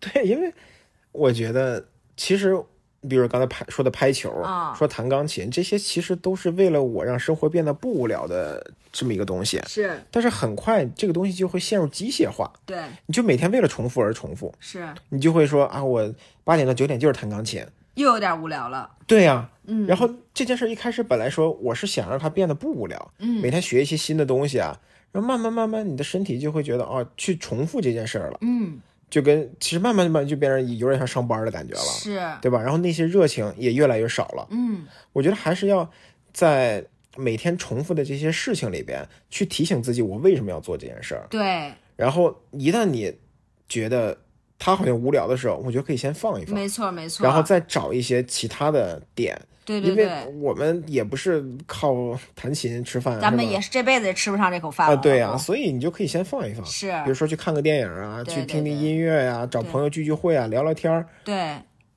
[SPEAKER 2] 对，因为我觉得其实，比如刚才拍说的拍球，
[SPEAKER 1] 啊
[SPEAKER 2] 说弹钢琴，这些其实都是为了我让生活变得不无聊的这么一个东西。
[SPEAKER 1] 是，
[SPEAKER 2] 但是很快这个东西就会陷入机械化，
[SPEAKER 1] 对，
[SPEAKER 2] 你就每天为了重复而重复，
[SPEAKER 1] 是，
[SPEAKER 2] 你就会说啊，我八点到九点就是弹钢琴。
[SPEAKER 1] 又有点无聊了。
[SPEAKER 2] 对呀、
[SPEAKER 1] 嗯
[SPEAKER 2] 然后这件事一开始本来说我是想让它变得不无聊，嗯，每天学一些新的东西啊，然后慢慢慢慢你的身体就会觉得哦，去重复这件事儿了，
[SPEAKER 1] 嗯，
[SPEAKER 2] 就跟其实慢慢慢慢就变成有点像上班的感觉了。
[SPEAKER 1] 是，
[SPEAKER 2] 对吧？然后那些热情也越来越少了。
[SPEAKER 1] 嗯，
[SPEAKER 2] 我觉得还是要在每天重复的这些事情里边去提醒自己，我为什么要做这件事儿。
[SPEAKER 1] 对，
[SPEAKER 2] 然后一旦你觉得它好像无聊的时候，我觉得可以先放一放，
[SPEAKER 1] 没错，没错。
[SPEAKER 2] 然后再找一些其他的点，
[SPEAKER 1] 对对
[SPEAKER 2] 因为
[SPEAKER 1] 对，
[SPEAKER 2] 我们也不是靠弹琴吃饭啊，
[SPEAKER 1] 咱们
[SPEAKER 2] 是吧
[SPEAKER 1] 也是这辈子也吃不上这口饭
[SPEAKER 2] 啊，
[SPEAKER 1] 了。
[SPEAKER 2] 对呀、
[SPEAKER 1] 老公
[SPEAKER 2] 所以你就可以先放一放。
[SPEAKER 1] 是，
[SPEAKER 2] 比如说去看个电影啊，
[SPEAKER 1] 对
[SPEAKER 2] 去
[SPEAKER 1] 对
[SPEAKER 2] 听
[SPEAKER 1] 对
[SPEAKER 2] 听音乐呀、找
[SPEAKER 1] 对
[SPEAKER 2] 朋友聚聚会啊，聊聊天儿。
[SPEAKER 1] 对，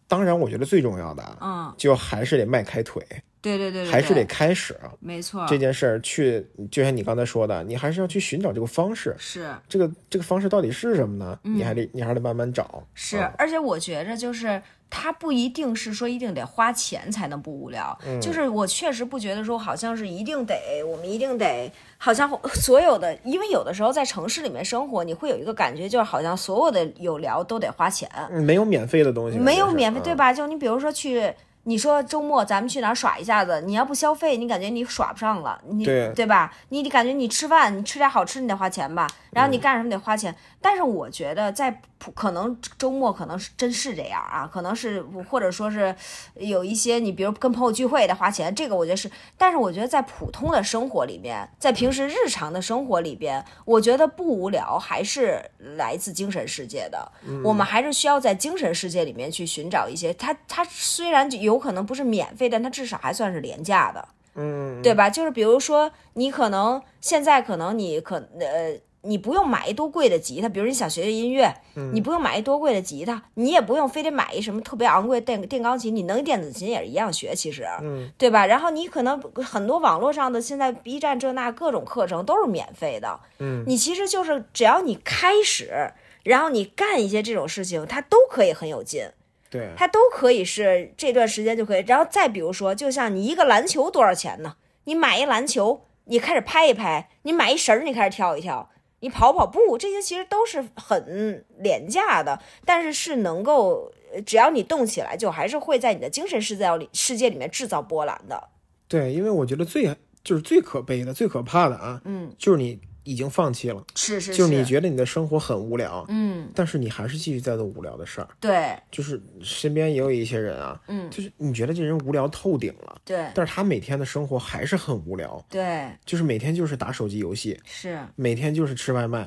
[SPEAKER 2] 当然，我觉得最重要的啊，
[SPEAKER 1] 嗯，
[SPEAKER 2] 就还是得迈开腿，
[SPEAKER 1] 对对对对，
[SPEAKER 2] 还是
[SPEAKER 1] 对嗯
[SPEAKER 2] 得，开始
[SPEAKER 1] 没错，
[SPEAKER 2] 这件事儿去，就像你刚才说的，你还是要去寻找这个方式，
[SPEAKER 1] 是
[SPEAKER 2] 这个这个方式到底是什么呢？
[SPEAKER 1] 嗯
[SPEAKER 2] 你还得你还得慢慢找。
[SPEAKER 1] 是
[SPEAKER 2] 嗯，
[SPEAKER 1] 而且我觉着就是。它不一定是说一定得花钱才能不无聊，
[SPEAKER 2] 嗯
[SPEAKER 1] 就是我确实不觉得说好像是一定得我们一定得好像所有的，因为有的时候在城市里面生活，你会有一个感觉，就是好像所有的有聊都得花钱，
[SPEAKER 2] 嗯没有免费的东西，
[SPEAKER 1] 没有
[SPEAKER 2] 我觉得
[SPEAKER 1] 免费，
[SPEAKER 2] 嗯
[SPEAKER 1] 对吧？就你比如说去，你说周末咱们去哪儿耍一下子，你要不消费，你感觉你耍不上了，你
[SPEAKER 2] 对
[SPEAKER 1] 吧？你得感觉你吃饭，你吃点好吃，你得花钱吧？然
[SPEAKER 2] 嗯
[SPEAKER 1] 后你干什么得花钱。但是我觉得在普可能周末可能是真是这样啊，可能是或者说是有一些你比如跟朋友聚会得花钱，这个我觉得是。但是我觉得在普通的生活里面，在平时日常的生活里边，我觉得不无聊还是来自精神世界的。我们还是需要在精神世界里面去寻找一些，它它虽然就有可能不是免费，但它至少还算是廉价的，
[SPEAKER 2] 嗯，
[SPEAKER 1] 对吧？就是比如说，你可能现在可能你可呃。你不用买一多贵的吉他，比如你想学学音乐，
[SPEAKER 2] 嗯
[SPEAKER 1] 你不用买一多贵的吉他，你也不用非得买一什么特别昂贵的电电钢琴，你能电子琴也是一样学，其实，
[SPEAKER 2] 嗯
[SPEAKER 1] 对吧？然后你可能很多网络上的现在 B 站这那各种课程都是免费的，
[SPEAKER 2] 嗯，
[SPEAKER 1] 你其实就是只要你开始，然后你干一些这种事情，它都可以很有劲，
[SPEAKER 2] 对，
[SPEAKER 1] 它都可以是这段时间就可以。然后再比如说，就像你一个篮球多少钱呢？你买一篮球，你开始拍一拍；你买一绳儿，你开始跳一跳；你跑跑步，这些其实都是很廉价的，但是是能够，呃只要你动起来，就还是会在你的精神世界里世界里面制造波澜的。
[SPEAKER 2] 对，因为我觉得最就是最可悲的、最可怕的啊，
[SPEAKER 1] 嗯，
[SPEAKER 2] 就是你已经放弃了，
[SPEAKER 1] 是是
[SPEAKER 2] 就是你觉得你的生活很无聊，
[SPEAKER 1] 嗯，
[SPEAKER 2] 但是你还是继续在做无聊的事儿。
[SPEAKER 1] 对
[SPEAKER 2] 就是身边也有一些人啊，
[SPEAKER 1] 嗯
[SPEAKER 2] 就是你觉得这人无聊透顶了，
[SPEAKER 1] 对嗯
[SPEAKER 2] 但是他每天的生活还是很无聊，
[SPEAKER 1] 对，
[SPEAKER 2] 就是每天就是打手机游戏，
[SPEAKER 1] 是
[SPEAKER 2] 每天就是吃外卖，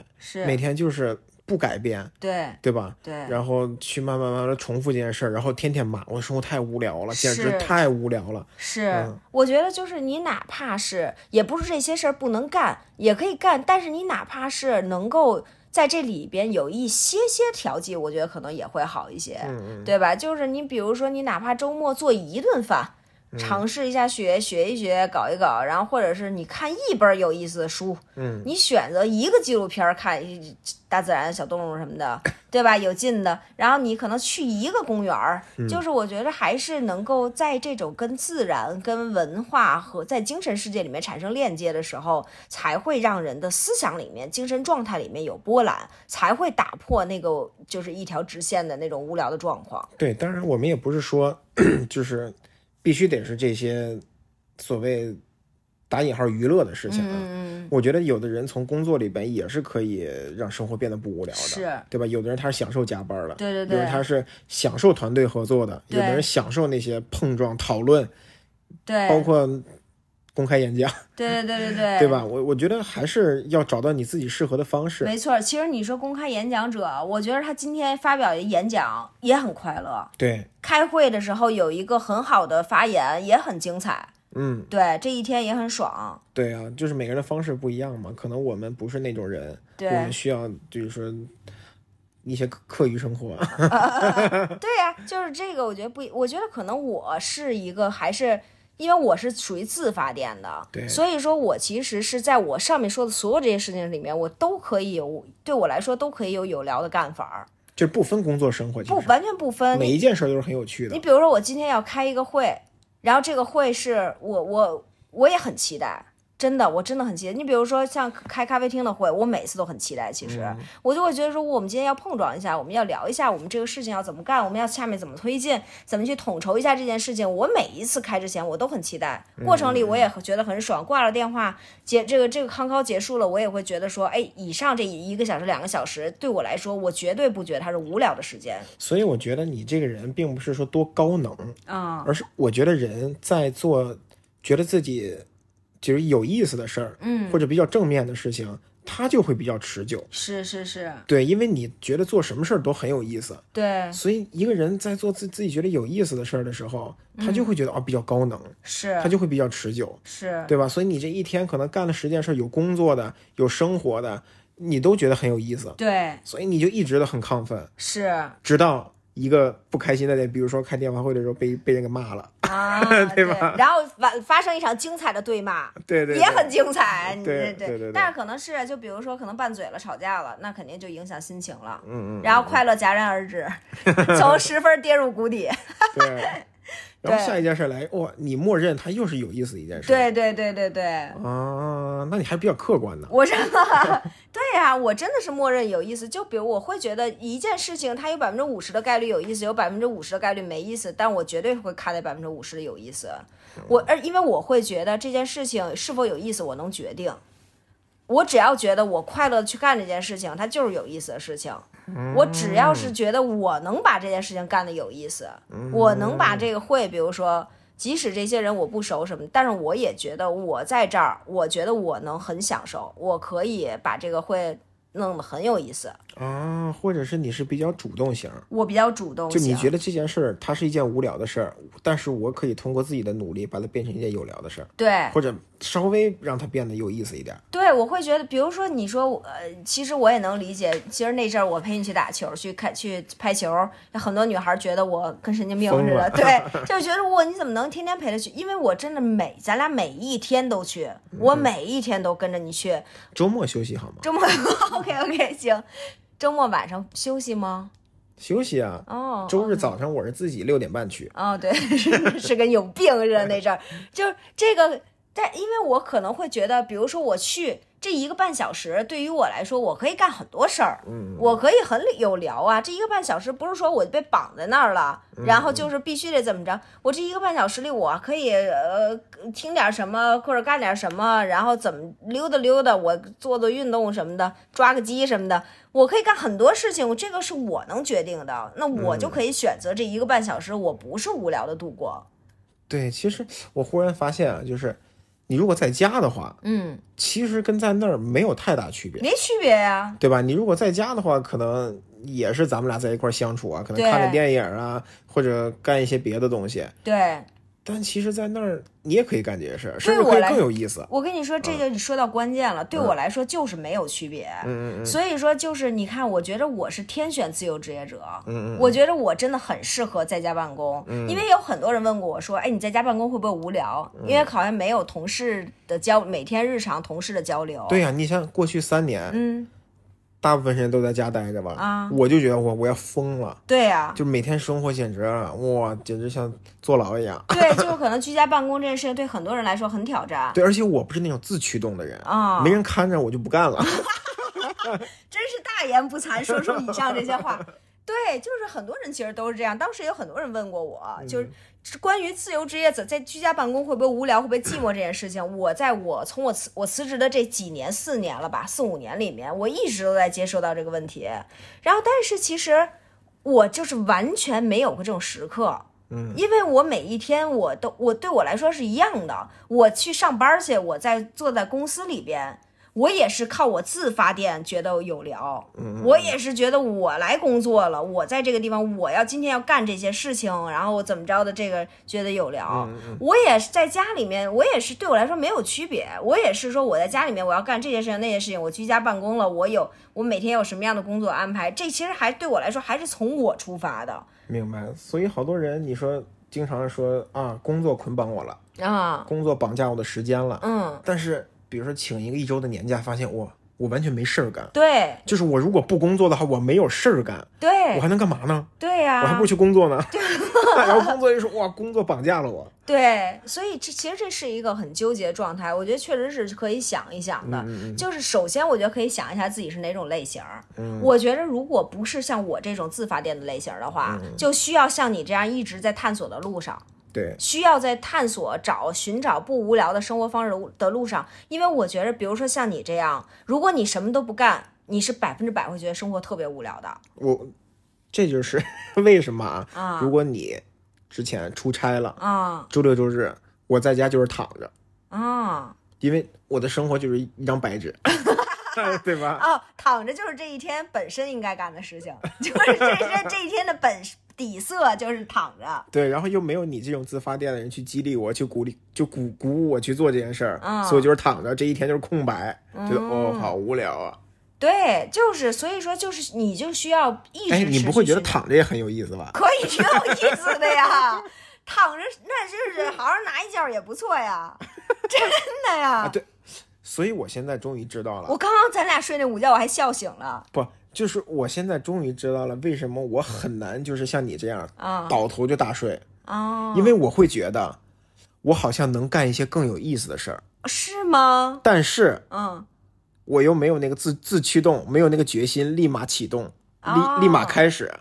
[SPEAKER 2] 每
[SPEAKER 1] 是，
[SPEAKER 2] 天就是不改变，
[SPEAKER 1] 对
[SPEAKER 2] 对吧？
[SPEAKER 1] 对
[SPEAKER 2] 然后去慢慢慢慢地重复这件事儿，然后天天骂我生活太无聊了，简直
[SPEAKER 1] 是
[SPEAKER 2] 太无聊了。
[SPEAKER 1] 是，我觉得就是你哪怕是也不是这些事儿不能干，也可以干，但是你哪怕是能够在这里边有一些些调剂，我觉得可能也会好一些，对吧？就是你比如说你哪怕周末做一顿饭。尝试一下学学一学，搞一搞，然后或者是你看一本儿有意思的书，
[SPEAKER 2] 嗯，
[SPEAKER 1] 你选择一个纪录片儿看，大自然、小动物什么的，对吧？有劲的。然后你可能去一个公园儿，
[SPEAKER 2] 嗯
[SPEAKER 1] 就是我觉得还是能够在这种跟自然、跟文化和在精神世界里面产生链接的时候，才会让人的思想里面、精神状态里面有波澜，才会打破那个就是一条直线的那种无聊的状况。
[SPEAKER 2] 对，当然我们也不是说 就是必须得是这些所谓打引号娱乐的事情啊。
[SPEAKER 1] 嗯，
[SPEAKER 2] 我觉得有的人从工作里边也是可以让生活变得不无聊的，
[SPEAKER 1] 嗯是
[SPEAKER 2] 对吧？有的人他是享受加班的，
[SPEAKER 1] 对对
[SPEAKER 2] 有人
[SPEAKER 1] 对
[SPEAKER 2] 他是享受团队合作的，有的
[SPEAKER 1] 对
[SPEAKER 2] 人享受那些碰撞、讨论，
[SPEAKER 1] 对，
[SPEAKER 2] 包括公开演讲，
[SPEAKER 1] 对对对对对，
[SPEAKER 2] 对吧？我我觉得还是要找到你自己适合的方式。
[SPEAKER 1] 没错，其实你说公开演讲者，我觉得他今天发表演讲也很快乐，
[SPEAKER 2] 对，
[SPEAKER 1] 开会的时候有一个很好的发言也很精彩，
[SPEAKER 2] 嗯，
[SPEAKER 1] 对，这一天也很爽，
[SPEAKER 2] 对啊，就是每个人的方式不一样嘛。可能我们不是那种人，我
[SPEAKER 1] 对
[SPEAKER 2] 们需要就是说一些课课余生活。
[SPEAKER 1] 对呀、就是这个，我觉得不，我觉得可能我是一个还是。因为我是属于自发电的，
[SPEAKER 2] 对
[SPEAKER 1] 所以说我其实是在我上面说的所有这些事情里面，我都可以有，对我来说都可以有有聊的干法儿，
[SPEAKER 2] 就是不分工作生活，其
[SPEAKER 1] 不
[SPEAKER 2] 实
[SPEAKER 1] 完全不分，
[SPEAKER 2] 每一件事儿都是很有趣
[SPEAKER 1] 你
[SPEAKER 2] 的。
[SPEAKER 1] 比如说，我今天要开一个会，然后这个会是我我我也很期待，真的，我真的很期待。你比如说像开咖啡厅的会，我每次都很期待。其实、我就会觉得说，我们今天要碰撞一下，我们要聊一下，我们这个事情要怎么干，我们要下面怎么推进，怎么去统筹一下这件事情。我每一次开之前，我都很期待，过程里我也觉得很爽。挂了电话结这个这个康康结束了，我也会觉得说，哎，以上这一个小时、两个小时对我来说，我绝对不觉得它是无聊的时间。
[SPEAKER 2] 所以我觉得你这个人并不是说多高能，
[SPEAKER 1] 嗯
[SPEAKER 2] 而是我觉得人在做觉得自己就是有意思的事儿，
[SPEAKER 1] 嗯，
[SPEAKER 2] 或者比较正面的事情，它就会比较持久。
[SPEAKER 1] 是是是，
[SPEAKER 2] 对，因为你觉得做什么事儿都很有意思，
[SPEAKER 1] 对，
[SPEAKER 2] 所以一个人在做自自己觉得有意思的事儿的时候，他就会觉得啊比较高能，
[SPEAKER 1] 是
[SPEAKER 2] 他就会比较持久，
[SPEAKER 1] 是，
[SPEAKER 2] 对吧？所以你这一天可能干了十件事儿，有工作的，有生活的，你都觉得很有意思，
[SPEAKER 1] 对，
[SPEAKER 2] 所以你就一直都很亢奋。
[SPEAKER 1] 是 啊，
[SPEAKER 2] 直到一个不开心的点，比如说开电话会的时候被被人给骂了，
[SPEAKER 1] 对然后发发生一场精彩的对骂。
[SPEAKER 2] 对对对，
[SPEAKER 1] 也很精彩，你
[SPEAKER 2] 对
[SPEAKER 1] 这
[SPEAKER 2] 对对对
[SPEAKER 1] 但是可能是就比如说可能拌嘴了、吵架了，那肯定就影响心情了，
[SPEAKER 2] 嗯嗯，
[SPEAKER 1] 然后快乐戛然而止， 从十分跌入谷底。
[SPEAKER 2] 对。然
[SPEAKER 1] 对
[SPEAKER 2] 后下一件事来，哇，你默认它又是有意思的一件事，
[SPEAKER 1] 对对对对对，
[SPEAKER 2] 啊，那你还比较客观呢，
[SPEAKER 1] 我真的， 对呀、我真的是默认有意思。就比如我会觉得一件事情，它有百分之五十的概率有意思，有百分之五十的概率没意思，但我绝对会看在百分之五十的有意思。我而因为我会觉得这件事情是否有意思，我能决定。我只要觉得我快乐地去干这件事情，它就是有意思的事情。我只要是觉得我能把这件事情干得有意思，我能把这个会，比如说，即使这些人我不熟什么，但是我也觉得我在这儿，我觉得我能很享受，我可以把这个会弄得很有意思。
[SPEAKER 2] 啊，或者是你是比较主动型，
[SPEAKER 1] 我比较主动
[SPEAKER 2] 就你
[SPEAKER 1] 型，
[SPEAKER 2] 觉得这件事儿它是一件无聊的事儿，但是我可以通过自己的努力把它变成一件有聊的事儿，
[SPEAKER 1] 对
[SPEAKER 2] 或者稍微让它变得有意思一点儿，
[SPEAKER 1] 对，我会觉得，比如说你说我，呃，其实我也能理解。其实那阵儿我陪你去打球，去看去拍球，很多女孩觉得我跟神经病
[SPEAKER 2] 疯
[SPEAKER 1] 似的
[SPEAKER 2] 了，
[SPEAKER 1] 对，就觉得我你怎么能天天陪她去？因为我真的每咱俩每一天都去，
[SPEAKER 2] 嗯
[SPEAKER 1] 我每一天都跟着你去。
[SPEAKER 2] 周末休息好吗？
[SPEAKER 1] 周末 OK OK 行，周末晚上休息吗？
[SPEAKER 2] 休息啊，
[SPEAKER 1] 哦，
[SPEAKER 2] 周日早上我是自己六点半去，
[SPEAKER 1] 哦，对，是是跟有病似的那阵儿，就是这个，但因为我可能会觉得，比如说我去这一个半小时，对于我来说，我可以干很多事儿，
[SPEAKER 2] 嗯，
[SPEAKER 1] 我可以很有聊啊。这一个半小时不是说我被绑在那儿了，
[SPEAKER 2] 嗯
[SPEAKER 1] 然后就是必须得怎么着，我这一个半小时里，我可以呃听点什么或者干点什么，然后怎么溜达溜达，我做做运动什么的，抓个鸡什么的，我可以干很多事情，我这个是我能决定的，那我就可以选择这一个半小时，我不是无聊的度过。
[SPEAKER 2] 对，其实我忽然发现啊，就是你如果在家的话，
[SPEAKER 1] 嗯，
[SPEAKER 2] 其实跟在那儿没有太大区别，
[SPEAKER 1] 没区别呀、
[SPEAKER 2] 对吧？你如果在家的话，可能也是咱们俩在一块儿相处啊，可能
[SPEAKER 1] 对
[SPEAKER 2] 看个电影啊，或者干一些别的东西。
[SPEAKER 1] 对
[SPEAKER 2] 但其实，在那儿你也可以干这些事儿，甚至
[SPEAKER 1] 我
[SPEAKER 2] 可以
[SPEAKER 1] 来哦
[SPEAKER 2] 更有意思。
[SPEAKER 1] 我跟你说，这
[SPEAKER 2] 嗯
[SPEAKER 1] 个你说到关键了，对我来说就是没有区别。
[SPEAKER 2] 嗯嗯
[SPEAKER 1] 所以说，就是你看，我觉得我是天选自由职业者，
[SPEAKER 2] 嗯
[SPEAKER 1] 我觉得我真的很适合在家办公，因为有很多人问过我说，哎，你在家办公会不会无聊？
[SPEAKER 2] 嗯
[SPEAKER 1] 因为好像没有同事的交，每天日常同事的交流。
[SPEAKER 2] 对，呀、你像过去三年，
[SPEAKER 1] 嗯，
[SPEAKER 2] 大部分时间都在家待着吧，
[SPEAKER 1] 啊
[SPEAKER 2] 我就觉得我我要疯了，
[SPEAKER 1] 对啊呀、
[SPEAKER 2] 就每天生活简直啊哇，简直像坐牢一样。
[SPEAKER 1] 对，就是可能居家办公这件事情对很多人来说很挑战，
[SPEAKER 2] 对，而且我不是那种自驱动的人
[SPEAKER 1] 啊
[SPEAKER 2] 没人看着我就不干 了。
[SPEAKER 1] 真是大言不惭说出以上这些话。对，就是很多人其实都是这样。当时有很多人问过我，就是关于自由职业者在居家办公会不会无聊、会不会寂寞这件事情。我在我从我辞我辞职的这几年，四年了吧，四五年里面，我一直都在接受到这个问题。然后，但是其实我就是完全没有过这种时刻。
[SPEAKER 2] 嗯，
[SPEAKER 1] 因为我每一天我都我对我来说是一样的，我去上班去，我在坐在公司里边，我也是靠我自发电觉得有聊，
[SPEAKER 2] 嗯
[SPEAKER 1] 我也是觉得我来工作了，我在这个地方我要今天要干这些事情，然后我怎么着的这个觉得有聊，
[SPEAKER 2] 嗯
[SPEAKER 1] 我也是在家里面，我也是对我来说没有区别，我也是说我在家里面我要干这些事情那些事情，我居家办公了，我有我每天有什么样的工作安排，这其实还对我来说还是从我出发的
[SPEAKER 2] 明白。所以好多人你说经常说啊，工作捆绑我了，
[SPEAKER 1] 啊，
[SPEAKER 2] 工作绑架我的时间了。
[SPEAKER 1] 嗯，
[SPEAKER 2] 但是比如说请一个一周的年假，发现我我完全没事儿干，
[SPEAKER 1] 对
[SPEAKER 2] 就是我如果不工作的话，我没有事儿干，
[SPEAKER 1] 对
[SPEAKER 2] 我还能干嘛呢？
[SPEAKER 1] 对啊呀、
[SPEAKER 2] 我还不如去工作呢。 然后工作一说，哇，工作绑架了我。
[SPEAKER 1] 对，所以这其实这是一个很纠结状态，我觉得确实是可以想一想
[SPEAKER 2] 嗯
[SPEAKER 1] 的。就是首先，我觉得可以想一下自己是哪种类型儿。我觉得如果不是像我这种自发电的类型儿的话，就需要像你这样一直在探索的路上，
[SPEAKER 2] 对，
[SPEAKER 1] 需要在探索、找、寻找不无聊的生活方式的路上。因为我觉得，比如说像你这样，如果你什么都不干，你是百分之百会觉得生活特别无聊的
[SPEAKER 2] 我这就是 为什么啊？
[SPEAKER 1] 啊
[SPEAKER 2] 如果你之前出差了，
[SPEAKER 1] 啊
[SPEAKER 2] 周六周日我在家就是躺着，
[SPEAKER 1] 啊
[SPEAKER 2] 因为我的生活就是一张 白纸，对吧？
[SPEAKER 1] 哦，躺着就是这一天本身应该干的事情， 就是这这这一天的本底色就是躺着。
[SPEAKER 2] 对，然后又没有你这种自发电的人去激励我，去鼓励，就鼓鼓舞我去做这件事儿，
[SPEAKER 1] 嗯
[SPEAKER 2] 所以我就是躺着，这一天就是空白，觉得哦，好无聊啊。
[SPEAKER 1] 对，就是所以说就是你就需要一直
[SPEAKER 2] 哎，你不会觉得
[SPEAKER 1] 持续去
[SPEAKER 2] 躺着也很有意思吧？
[SPEAKER 1] 可以挺有意思的呀？躺着那就是好好拿一觉也不错呀，真的呀
[SPEAKER 2] 对。所以我现在终于知道了，
[SPEAKER 1] 我刚刚咱俩睡那午觉，我还笑醒了
[SPEAKER 2] 不，就是我现在终于知道了为什么我很难就是像你这样
[SPEAKER 1] 啊
[SPEAKER 2] 倒头就大睡，
[SPEAKER 1] 啊！
[SPEAKER 2] 因为我会觉得我好像能干一些更有意思的事儿，
[SPEAKER 1] 是吗？
[SPEAKER 2] 但是
[SPEAKER 1] 嗯，
[SPEAKER 2] 我又没有那个自自驱动，没有那个决心立马启动，
[SPEAKER 1] 哦
[SPEAKER 2] 立立马开始，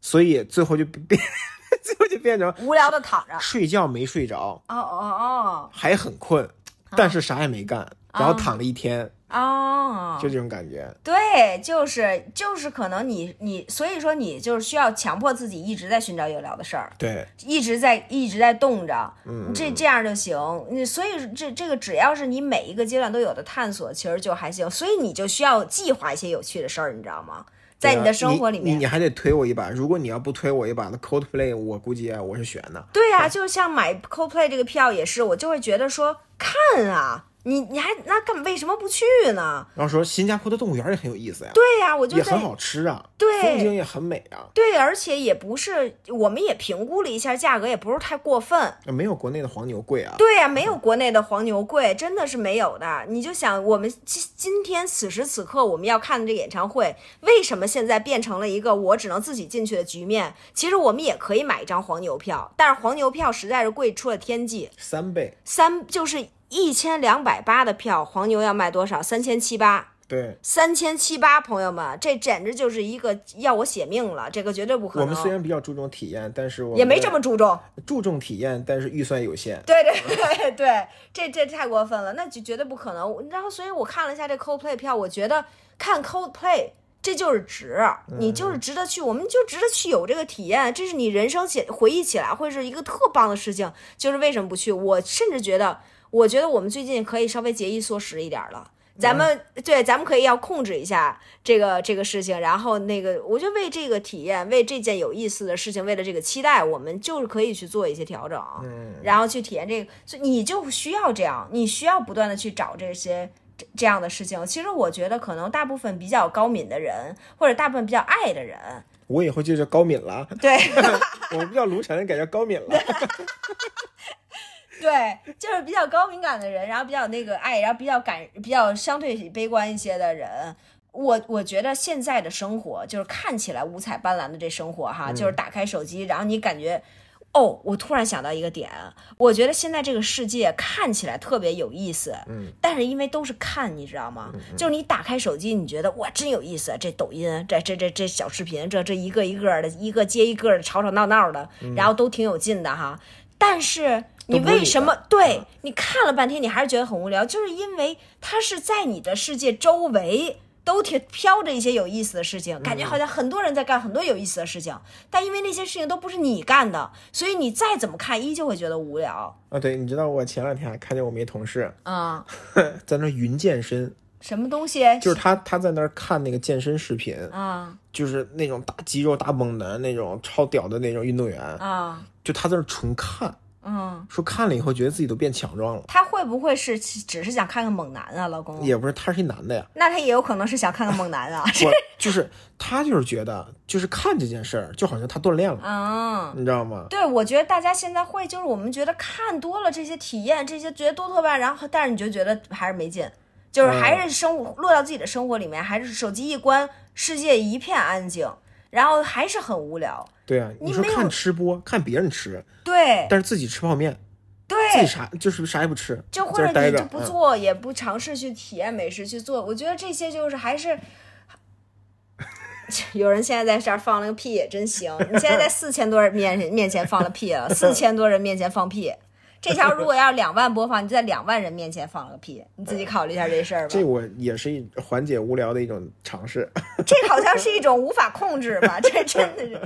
[SPEAKER 2] 所以最后就变， 最后就变成
[SPEAKER 1] 无聊的躺着。
[SPEAKER 2] 睡觉没睡着，
[SPEAKER 1] 哦哦
[SPEAKER 2] 还很困，但是啥也没干，然后躺了一天，
[SPEAKER 1] 哦哦，
[SPEAKER 2] 就这种感觉。
[SPEAKER 1] 对，就是就是，可能你你，所以说你就是需要强迫自己一直在寻找有聊的事儿，
[SPEAKER 2] 对，
[SPEAKER 1] 一直在一直在动着，
[SPEAKER 2] 嗯
[SPEAKER 1] 这这样就行。你所以这这个只要是你每一个阶段都有的探索，其实就还行。所以你就需要计划一些有趣的事儿，你知道吗？在
[SPEAKER 2] 对啊
[SPEAKER 1] 你的生活里
[SPEAKER 2] 你你
[SPEAKER 1] 面，
[SPEAKER 2] 你还得推我一把。如果你要不推我一把，那 Coldplay 我估计啊我是悬的。
[SPEAKER 1] 对呀、就像买 CoPlay 这个票也是，我就会觉得说看啊，你你还那干为什么不去呢？
[SPEAKER 2] 然后说新加坡的动物园也很有意思呀，
[SPEAKER 1] 对呀、我就
[SPEAKER 2] 也
[SPEAKER 1] 在
[SPEAKER 2] 很好吃啊，
[SPEAKER 1] 对
[SPEAKER 2] 风景也很美啊，
[SPEAKER 1] 对，而且也不是，我们也评估了一下价格，也不是太过分。
[SPEAKER 2] 没有国内的黄牛贵啊。
[SPEAKER 1] 对呀、没有国内的黄牛贵，真的是没有的。你就想，我们今今天此时此刻我们要看的这演唱会，为什么现在变成了一个我只能自己进去的局面？其实我们也可以买一张黄牛票，但是黄牛票实在是贵出了天际，
[SPEAKER 2] 三倍，
[SPEAKER 1] 三就是一千两百八的票，黄牛要卖多少？三千七八。
[SPEAKER 2] 对。
[SPEAKER 1] 三千七八，朋友们，这简直就是一个要我血命了，这个绝对不可
[SPEAKER 2] 我
[SPEAKER 1] 能。
[SPEAKER 2] 们虽然比较注重体验，但是我
[SPEAKER 1] 也没
[SPEAKER 2] 们
[SPEAKER 1] 这么注重，
[SPEAKER 2] 注重体验，但是预算有限。
[SPEAKER 1] 对对对对，这这太过分了，那就绝对不可能。然后，所以我看了一下这 Coldplay 票，我觉得看 Coldplay 这就是值，你就是值得去，我们就值得去有这个体验，这是你人生起回忆起来会是一个特棒的事情。就是为什么不去？我甚至觉得，我觉得我们最近可以稍微节衣缩食一点了。咱们对，咱们可以要控制一下这个这个事情，然后那个，我就为这个体验，为这件有意思的事情，为了这个期待，我们就是可以去做一些调整，嗯，然后去体验这个，所以你就需要这样，你需要不断的去找这些这这样的事情。其实我觉得，可能大部分比较高敏的人，或者大部分比较爱的人，
[SPEAKER 2] 我以后就叫高 敏了，
[SPEAKER 1] 对
[SPEAKER 2] 我不叫卢晨，改叫高敏了。
[SPEAKER 1] 对，就是比较高敏感的人，然后比较那个爱，然后比较感比较相对悲观一些的人。我我觉得现在的生活就是看起来五彩斑斓的这生活哈，就是打开手机，然后你感觉，哦，我突然想到一个点，啊我觉得现在这个世界看起来特别有意思，嗯，但是因为都是看，你知道
[SPEAKER 2] 嗯
[SPEAKER 1] 吗？就是你打开手机，你觉得哇，真有意思，啊这抖音，这这这这小视频，这这一个一个的，一个接一个的，吵吵闹闹的，然后都挺有劲的哈，但是。你
[SPEAKER 2] 嗯都不是
[SPEAKER 1] 为
[SPEAKER 2] 你
[SPEAKER 1] 什
[SPEAKER 2] 的嗯
[SPEAKER 1] 么对你看了半天，你还是觉得很无聊，就是因为它是在你的世界周围都挺飘着一些有意思的事
[SPEAKER 2] 嗯
[SPEAKER 1] 情，感觉好像很多人在干很多有意思的事情，但因为那些事情都不是你干的，所以你再怎么看，依旧会觉得无聊。
[SPEAKER 2] 啊，对，你知道我前两天还看见我们一同事
[SPEAKER 1] 嗯，
[SPEAKER 2] 在那儿云健身，
[SPEAKER 1] 什么东西？
[SPEAKER 2] 就是他他在那儿看那个健身视频，
[SPEAKER 1] 啊
[SPEAKER 2] 就是那种大肌肉大猛男那种超屌的那种运动员，
[SPEAKER 1] 啊
[SPEAKER 2] 就他在那儿纯看，
[SPEAKER 1] 嗯，
[SPEAKER 2] 说看了以后觉得自己都变强壮了。
[SPEAKER 1] 他会不会是其只是想看看猛男啊，老公？
[SPEAKER 2] 也不是，他是一男的呀，
[SPEAKER 1] 那他也有可能 是想看看猛男啊。
[SPEAKER 2] 我就是他就是觉得就是看这件事儿，就好像他锻炼了，
[SPEAKER 1] 嗯，
[SPEAKER 2] 你知道吗？
[SPEAKER 1] 对，我觉得大家现在会就是我们觉得看多了这些体验，这些觉得多特办，然后但是你就觉得还是没劲，就是还是生活、落到自己的生活里面，还是手机一关，世界一片安静，然后还是很无聊。
[SPEAKER 2] 对啊，
[SPEAKER 1] 你
[SPEAKER 2] 你说
[SPEAKER 1] 没有
[SPEAKER 2] 看吃播，看别人吃，
[SPEAKER 1] 对
[SPEAKER 2] 但是自己吃泡面，自己
[SPEAKER 1] 对，
[SPEAKER 2] 啥就是啥也不吃，
[SPEAKER 1] 就
[SPEAKER 2] 在
[SPEAKER 1] 或
[SPEAKER 2] 那儿
[SPEAKER 1] 者
[SPEAKER 2] 待
[SPEAKER 1] 你
[SPEAKER 2] 着
[SPEAKER 1] 就不
[SPEAKER 2] 嗯
[SPEAKER 1] 做，也不尝试去体验美食去做，我觉得这些就是还 是。有人现在在这儿放了个屁也真行，你现在在四千多人面面前放了屁了，四千多人面前放屁，这条如果要两万播放，你就在两万人面前放了个屁，你自己考虑一下这事儿吧。
[SPEAKER 2] 这我也是一缓解无聊的一种尝试。
[SPEAKER 1] 这个好像是一种无法控制吧，这真的是，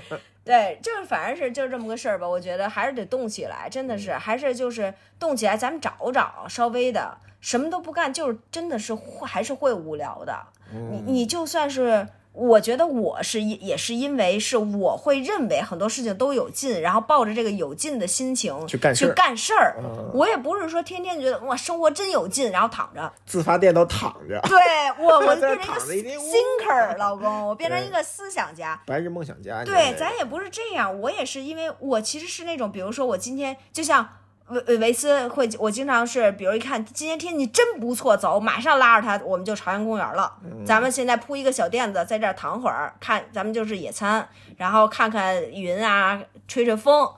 [SPEAKER 1] 对，就是反正是就是这么个事儿吧。我觉得还是得动起来，真的
[SPEAKER 2] 嗯
[SPEAKER 1] 是，还是就是动起来，咱们找找稍微的，什么都不干，就是真的是会还是会无聊的。
[SPEAKER 2] 嗯
[SPEAKER 1] 你你就算是。我觉得我是因也是因为是我会认为很多事情都有劲，然后抱着这个有劲的心情
[SPEAKER 2] 去干事儿
[SPEAKER 1] 去干事儿。
[SPEAKER 2] 嗯
[SPEAKER 1] 我也不是说天天觉得哇生活真有劲，然后躺着。
[SPEAKER 2] 自发电都躺着，
[SPEAKER 1] 对我，我
[SPEAKER 2] 在
[SPEAKER 1] 变
[SPEAKER 2] 那
[SPEAKER 1] 成
[SPEAKER 2] 躺着
[SPEAKER 1] 一
[SPEAKER 2] 一
[SPEAKER 1] 个
[SPEAKER 2] 定呜
[SPEAKER 1] thinker 老公，我变成一个思想家。
[SPEAKER 2] 白日梦想家。你
[SPEAKER 1] 对，
[SPEAKER 2] 这
[SPEAKER 1] 咱也不是这样，我也是因为我其实是那种，比如说我今天就像。维呃维维斯会，我经常是，比如一看今天天气真不错，走，马上拉着他，我们就朝阳公园了。
[SPEAKER 2] 嗯
[SPEAKER 1] 咱们现在铺一个小垫子，在这儿躺会儿，看咱们就是野餐，然后看看云啊，吹吹风，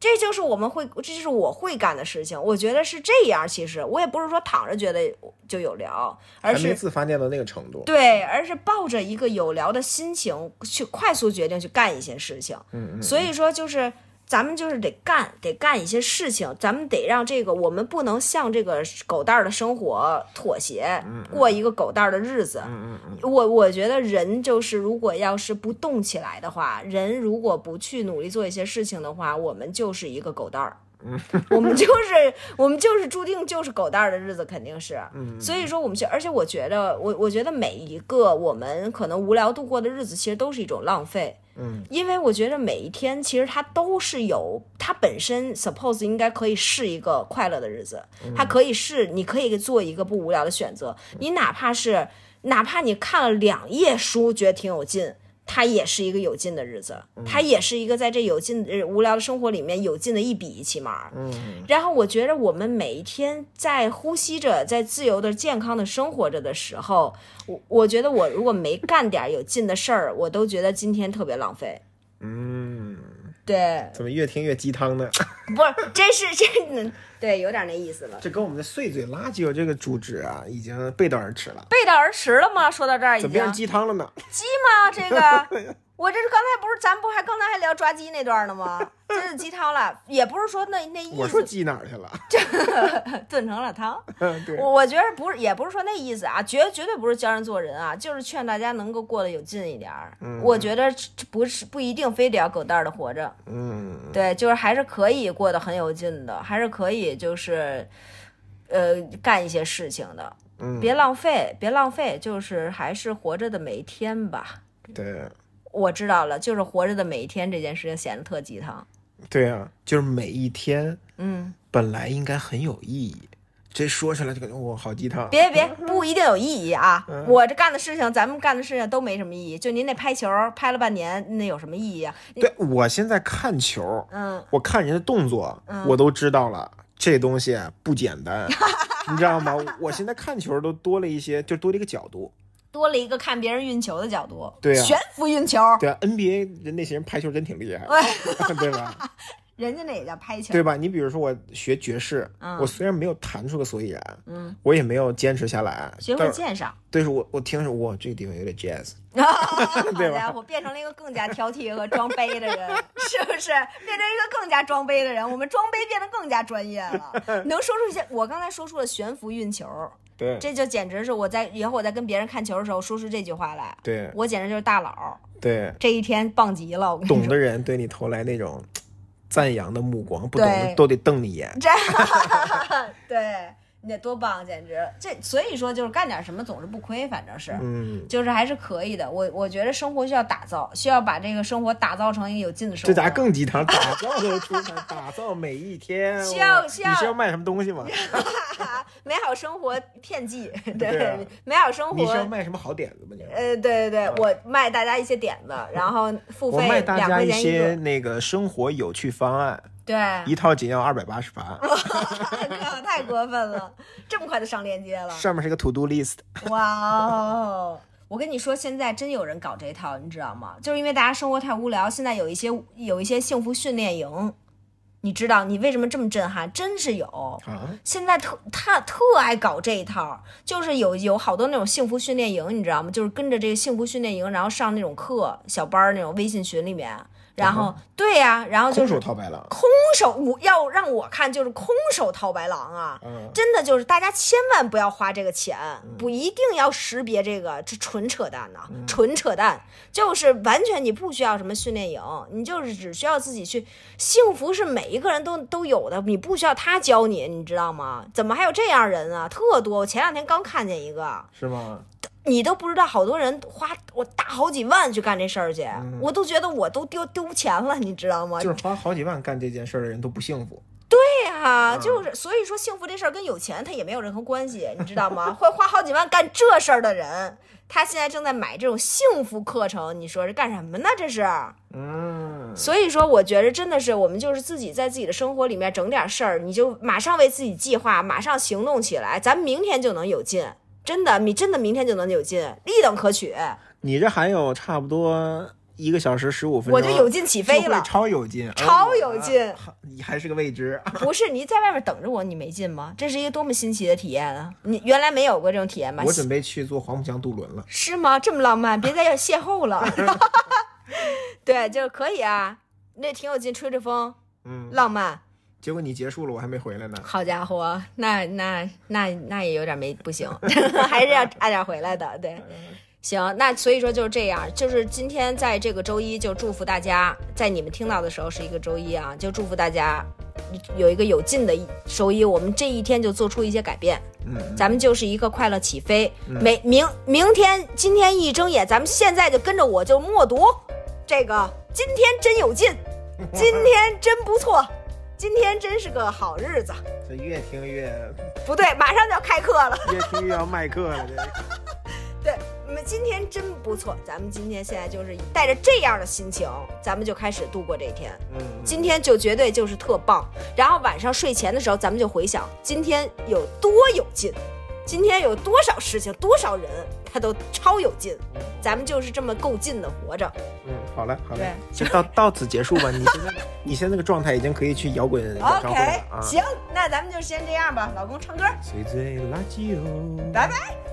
[SPEAKER 1] 这就是我们会，这就是我会干的事情。我觉得是这样，其实我也不是说躺着觉得就有聊，而
[SPEAKER 2] 还
[SPEAKER 1] 是
[SPEAKER 2] 没自发电到那个程度。
[SPEAKER 1] 对，而是抱着一个有聊的心情去快速决定去干一些事情。
[SPEAKER 2] 嗯
[SPEAKER 1] 所以说就是。咱们就是得干，得干一些事情，咱们得让这个，我们不能向这个狗蛋儿的生活妥协，过一个狗蛋儿的日子。
[SPEAKER 2] 嗯嗯
[SPEAKER 1] 我我觉得人就是，如果要是不动起来的话，人如果不去努力做一些事情的话，我们就是一个狗蛋儿。
[SPEAKER 2] 嗯
[SPEAKER 1] 我们就是我们就是注定就是狗蛋儿的日子，肯定是。所以说我们去，而且我觉得我我觉得每一个我们可能无聊度过的日子，其实都是一种浪费。
[SPEAKER 2] 嗯，
[SPEAKER 1] 因为我觉得每一天其实它都是有它本身 suppose 应该可以是一个快乐的日子，它可以是你可以做一个不无聊的选择，你哪怕是哪怕你看了两页书，觉得挺有劲。它也是一个有劲的日子，它也是一个在这有劲、呃无聊的生活里面有劲的一笔，起码。
[SPEAKER 2] 嗯，
[SPEAKER 1] 然后我觉得我们每一天在呼吸着，在自由的、健康的生活着的时候，我我觉得我如果没干点儿有劲的事儿，我都觉得今天特别浪费。
[SPEAKER 2] 嗯，
[SPEAKER 1] 对，
[SPEAKER 2] 怎么越听越鸡汤呢？
[SPEAKER 1] 不是，真是这，对，有点那意思了。
[SPEAKER 2] 这跟我们的碎嘴垃圾有这个主旨啊，已经背道而驰了。
[SPEAKER 1] 背道而驰了吗？说到这儿已
[SPEAKER 2] 怎
[SPEAKER 1] 经
[SPEAKER 2] 么样，鸡汤了呢？
[SPEAKER 1] 鸡吗？这 个，我这是刚才不是咱不还刚才还聊抓鸡那段呢吗？这是鸡汤了，也不是说那那意
[SPEAKER 2] 我说
[SPEAKER 1] 思
[SPEAKER 2] 鸡哪儿去了？
[SPEAKER 1] 炖成了汤。
[SPEAKER 2] 对，
[SPEAKER 1] 我我觉得不是，也不是说那意思啊，绝绝对不是教人做人啊，就是劝大家能够过得有劲一点儿。
[SPEAKER 2] 嗯
[SPEAKER 1] 我觉得这不是不一定非得要狗蛋儿的活着，
[SPEAKER 2] 嗯，
[SPEAKER 1] 对，就是还是可以过得很有劲的，还是可以就是，呃，干一些事情的。
[SPEAKER 2] 嗯
[SPEAKER 1] 别浪费，别浪费，就是还是活着的每一天吧。
[SPEAKER 2] 对，
[SPEAKER 1] 我知道了，就是活着的每一天这件事情显得特鸡汤。
[SPEAKER 2] 对啊，就是每一天
[SPEAKER 1] 嗯，
[SPEAKER 2] 本来应该很有意义，这说出来就感觉我好鸡汤。
[SPEAKER 1] 别别，不一定有意义啊！
[SPEAKER 2] 嗯
[SPEAKER 1] 我这干的事情，咱们干的事情都没什么意义。就您那拍球拍了半年，那有什么意义啊？
[SPEAKER 2] 对我现在看球，
[SPEAKER 1] 嗯，
[SPEAKER 2] 我看人家动作，我都知道了，这东西不简 单，你知道吗？我现在看球都多了一些，就多了一个角度。
[SPEAKER 1] 多了一个看别人运球的角度，
[SPEAKER 2] 对啊
[SPEAKER 1] 悬浮运球，
[SPEAKER 2] 对啊，NBA 人那些人拍球真挺厉害， 对 吧？
[SPEAKER 1] 人家那也叫拍球。
[SPEAKER 2] 对吧？你比如说我学爵士，
[SPEAKER 1] 嗯
[SPEAKER 2] 我虽然没有弹出个所以然，
[SPEAKER 1] 嗯，
[SPEAKER 2] 我也没有坚持下来，
[SPEAKER 1] 学会
[SPEAKER 2] 但是
[SPEAKER 1] 鉴赏，
[SPEAKER 2] 但是我我听着哇，这个地方有点 jazz，
[SPEAKER 1] 好
[SPEAKER 2] 对吧
[SPEAKER 1] 家伙，变成了一个更加挑剔和装杯的人， 是不是？变成一个更加装 杯的人，我们装杯变得更加专业了，能说出一些。我刚才说出了悬浮运球，
[SPEAKER 2] 对
[SPEAKER 1] 这就简直是我在以后我在跟别人看球的时候说出这句话来，
[SPEAKER 2] 对
[SPEAKER 1] 我简直就是大佬，
[SPEAKER 2] 对，
[SPEAKER 1] 这一天棒极了，我跟你
[SPEAKER 2] 懂
[SPEAKER 1] 说。
[SPEAKER 2] 的人对你投来那种赞扬的目光，不懂的
[SPEAKER 1] 对
[SPEAKER 2] 都得瞪你一眼。
[SPEAKER 1] 这，对你得多棒，简直这所以说就是干点什么总是不亏，反正是。
[SPEAKER 2] 嗯，
[SPEAKER 1] 就是还是可以的，我我觉得生活需要打造，需要把这个生活打造成一个有劲的生活。
[SPEAKER 2] 这家更鸡汤，打造都出产，打造每 一天。
[SPEAKER 1] 需要
[SPEAKER 2] 我
[SPEAKER 1] 需要
[SPEAKER 2] 你是要卖什么东西吗？
[SPEAKER 1] 美好生活骗 技，对
[SPEAKER 2] 对啊
[SPEAKER 1] 美好生
[SPEAKER 2] 你是要
[SPEAKER 1] 活，
[SPEAKER 2] 卖什么好点子吗？你
[SPEAKER 1] 呃，对对对，我卖大家一些点子，然后付
[SPEAKER 2] 我
[SPEAKER 1] 费
[SPEAKER 2] 卖大
[SPEAKER 1] 两
[SPEAKER 2] 家
[SPEAKER 1] 块
[SPEAKER 2] 一
[SPEAKER 1] 钱一
[SPEAKER 2] 些
[SPEAKER 1] 个，啊
[SPEAKER 2] 那个生活有趣方案，
[SPEAKER 1] 对，
[SPEAKER 2] 一套仅要二百八十八，
[SPEAKER 1] 啊靠太过分了，这么快就上链接了，
[SPEAKER 2] 上面是个 to do list。
[SPEAKER 1] 哇哦！我跟你说，现在真有人搞这套，你知道吗？就是因为大家生活太无聊，现在有一些有一些幸福训练营，你知道你为什么这么震撼？真是有，
[SPEAKER 2] 啊，
[SPEAKER 1] 现在特他特爱搞这一套，就是有有好多那种幸福训练营，你知道吗？就是跟着这个幸福训练营，然后上那种课小班儿那种微信群里面，然后、对呀、然后就
[SPEAKER 2] 空
[SPEAKER 1] 是
[SPEAKER 2] 手套白狼。
[SPEAKER 1] 空手，我要让我看就是空手套白狼啊！
[SPEAKER 2] 嗯，
[SPEAKER 1] 真的就是大家千万不要花这个钱，不一定要识别这个，这纯扯淡呐、纯扯淡，就是完全你不需要什么训练营，你就是只需要自己去。幸福是每一个人都都有的，你不需要他教你，你知道吗？怎么还有这样人啊？特多，我前两天刚看见一个，
[SPEAKER 2] 是吗？
[SPEAKER 1] 你都不知道，好多人花我大好几万去干这事儿去，我都觉得我都丢丢钱了，你知道吗？
[SPEAKER 2] 就是花好几万干这件事儿的人都不幸福。
[SPEAKER 1] 对呀、
[SPEAKER 2] 嗯
[SPEAKER 1] 就是所以说幸福这事儿跟有钱他也没有任何关系，你知道吗？会花好几万干这事儿的人，他现在正在买这种幸福课程，你说是干什么呢？这是，
[SPEAKER 2] 嗯，
[SPEAKER 1] 所以说我觉着真的是我们就是自己在自己的生活里面整点事儿，你就马上为自己计划，马上行动起来，咱明天就能有劲，真的，你真的明天就能有劲，立等可取，
[SPEAKER 2] 你这还有差不多一个小时十五分钟，
[SPEAKER 1] 我就有劲起飞
[SPEAKER 2] 就
[SPEAKER 1] 了
[SPEAKER 2] 会。超有劲，而
[SPEAKER 1] 超
[SPEAKER 2] 我
[SPEAKER 1] 有劲
[SPEAKER 2] 还你还是个未知。啊
[SPEAKER 1] 不是你在外面等着我，你没劲吗？这是一个多么新奇的体验啊！你原来没有过这种体验吧？
[SPEAKER 2] 我准备去坐黄浦江渡轮了。
[SPEAKER 1] 是吗？这么浪漫，别再要邂逅了。对，就是可以啊，那挺有劲，吹吹风，
[SPEAKER 2] 嗯，
[SPEAKER 1] 浪漫。
[SPEAKER 2] 结果你结束了，我还没回来呢。
[SPEAKER 1] 好家伙，那那那那也有点没不行， 还是要差点回来的。对， 行，那所以说就是这样，就是今天在这个周一就祝福大家，在你们听到的时候是一个周一啊，就祝福大家有一个有劲的一周一，我们这一天就做出一些改变。
[SPEAKER 2] 嗯，
[SPEAKER 1] 咱们就是一个快乐起飞。每明明天、今天一睁眼，咱们现在就跟着我就默读这个。今天真有劲，今天真不错，今天真是个好日子。
[SPEAKER 2] 这越听越
[SPEAKER 1] 不对，马上就要开课了。
[SPEAKER 2] 越听越要卖课 了。这个
[SPEAKER 1] 对，我们今天真不错。咱们今天现在就是带着这样的心情，咱们就开始度过这一天。
[SPEAKER 2] 嗯，
[SPEAKER 1] 今天就绝对就是特棒。然后晚上睡前的时候，咱们就回想今天有多有劲，今天有多少事情、多少人，他都超有劲。咱们就是这么够劲的活着。
[SPEAKER 2] 嗯，好了好了
[SPEAKER 1] 对，
[SPEAKER 2] 就到到此结束吧。你现在你现在这个状态已经可以去摇滚演唱会
[SPEAKER 1] OK，
[SPEAKER 2] 了啊！
[SPEAKER 1] 行，那咱们就先这样吧。老公唱歌，
[SPEAKER 2] 随嘴垃圾哦，
[SPEAKER 1] 拜拜。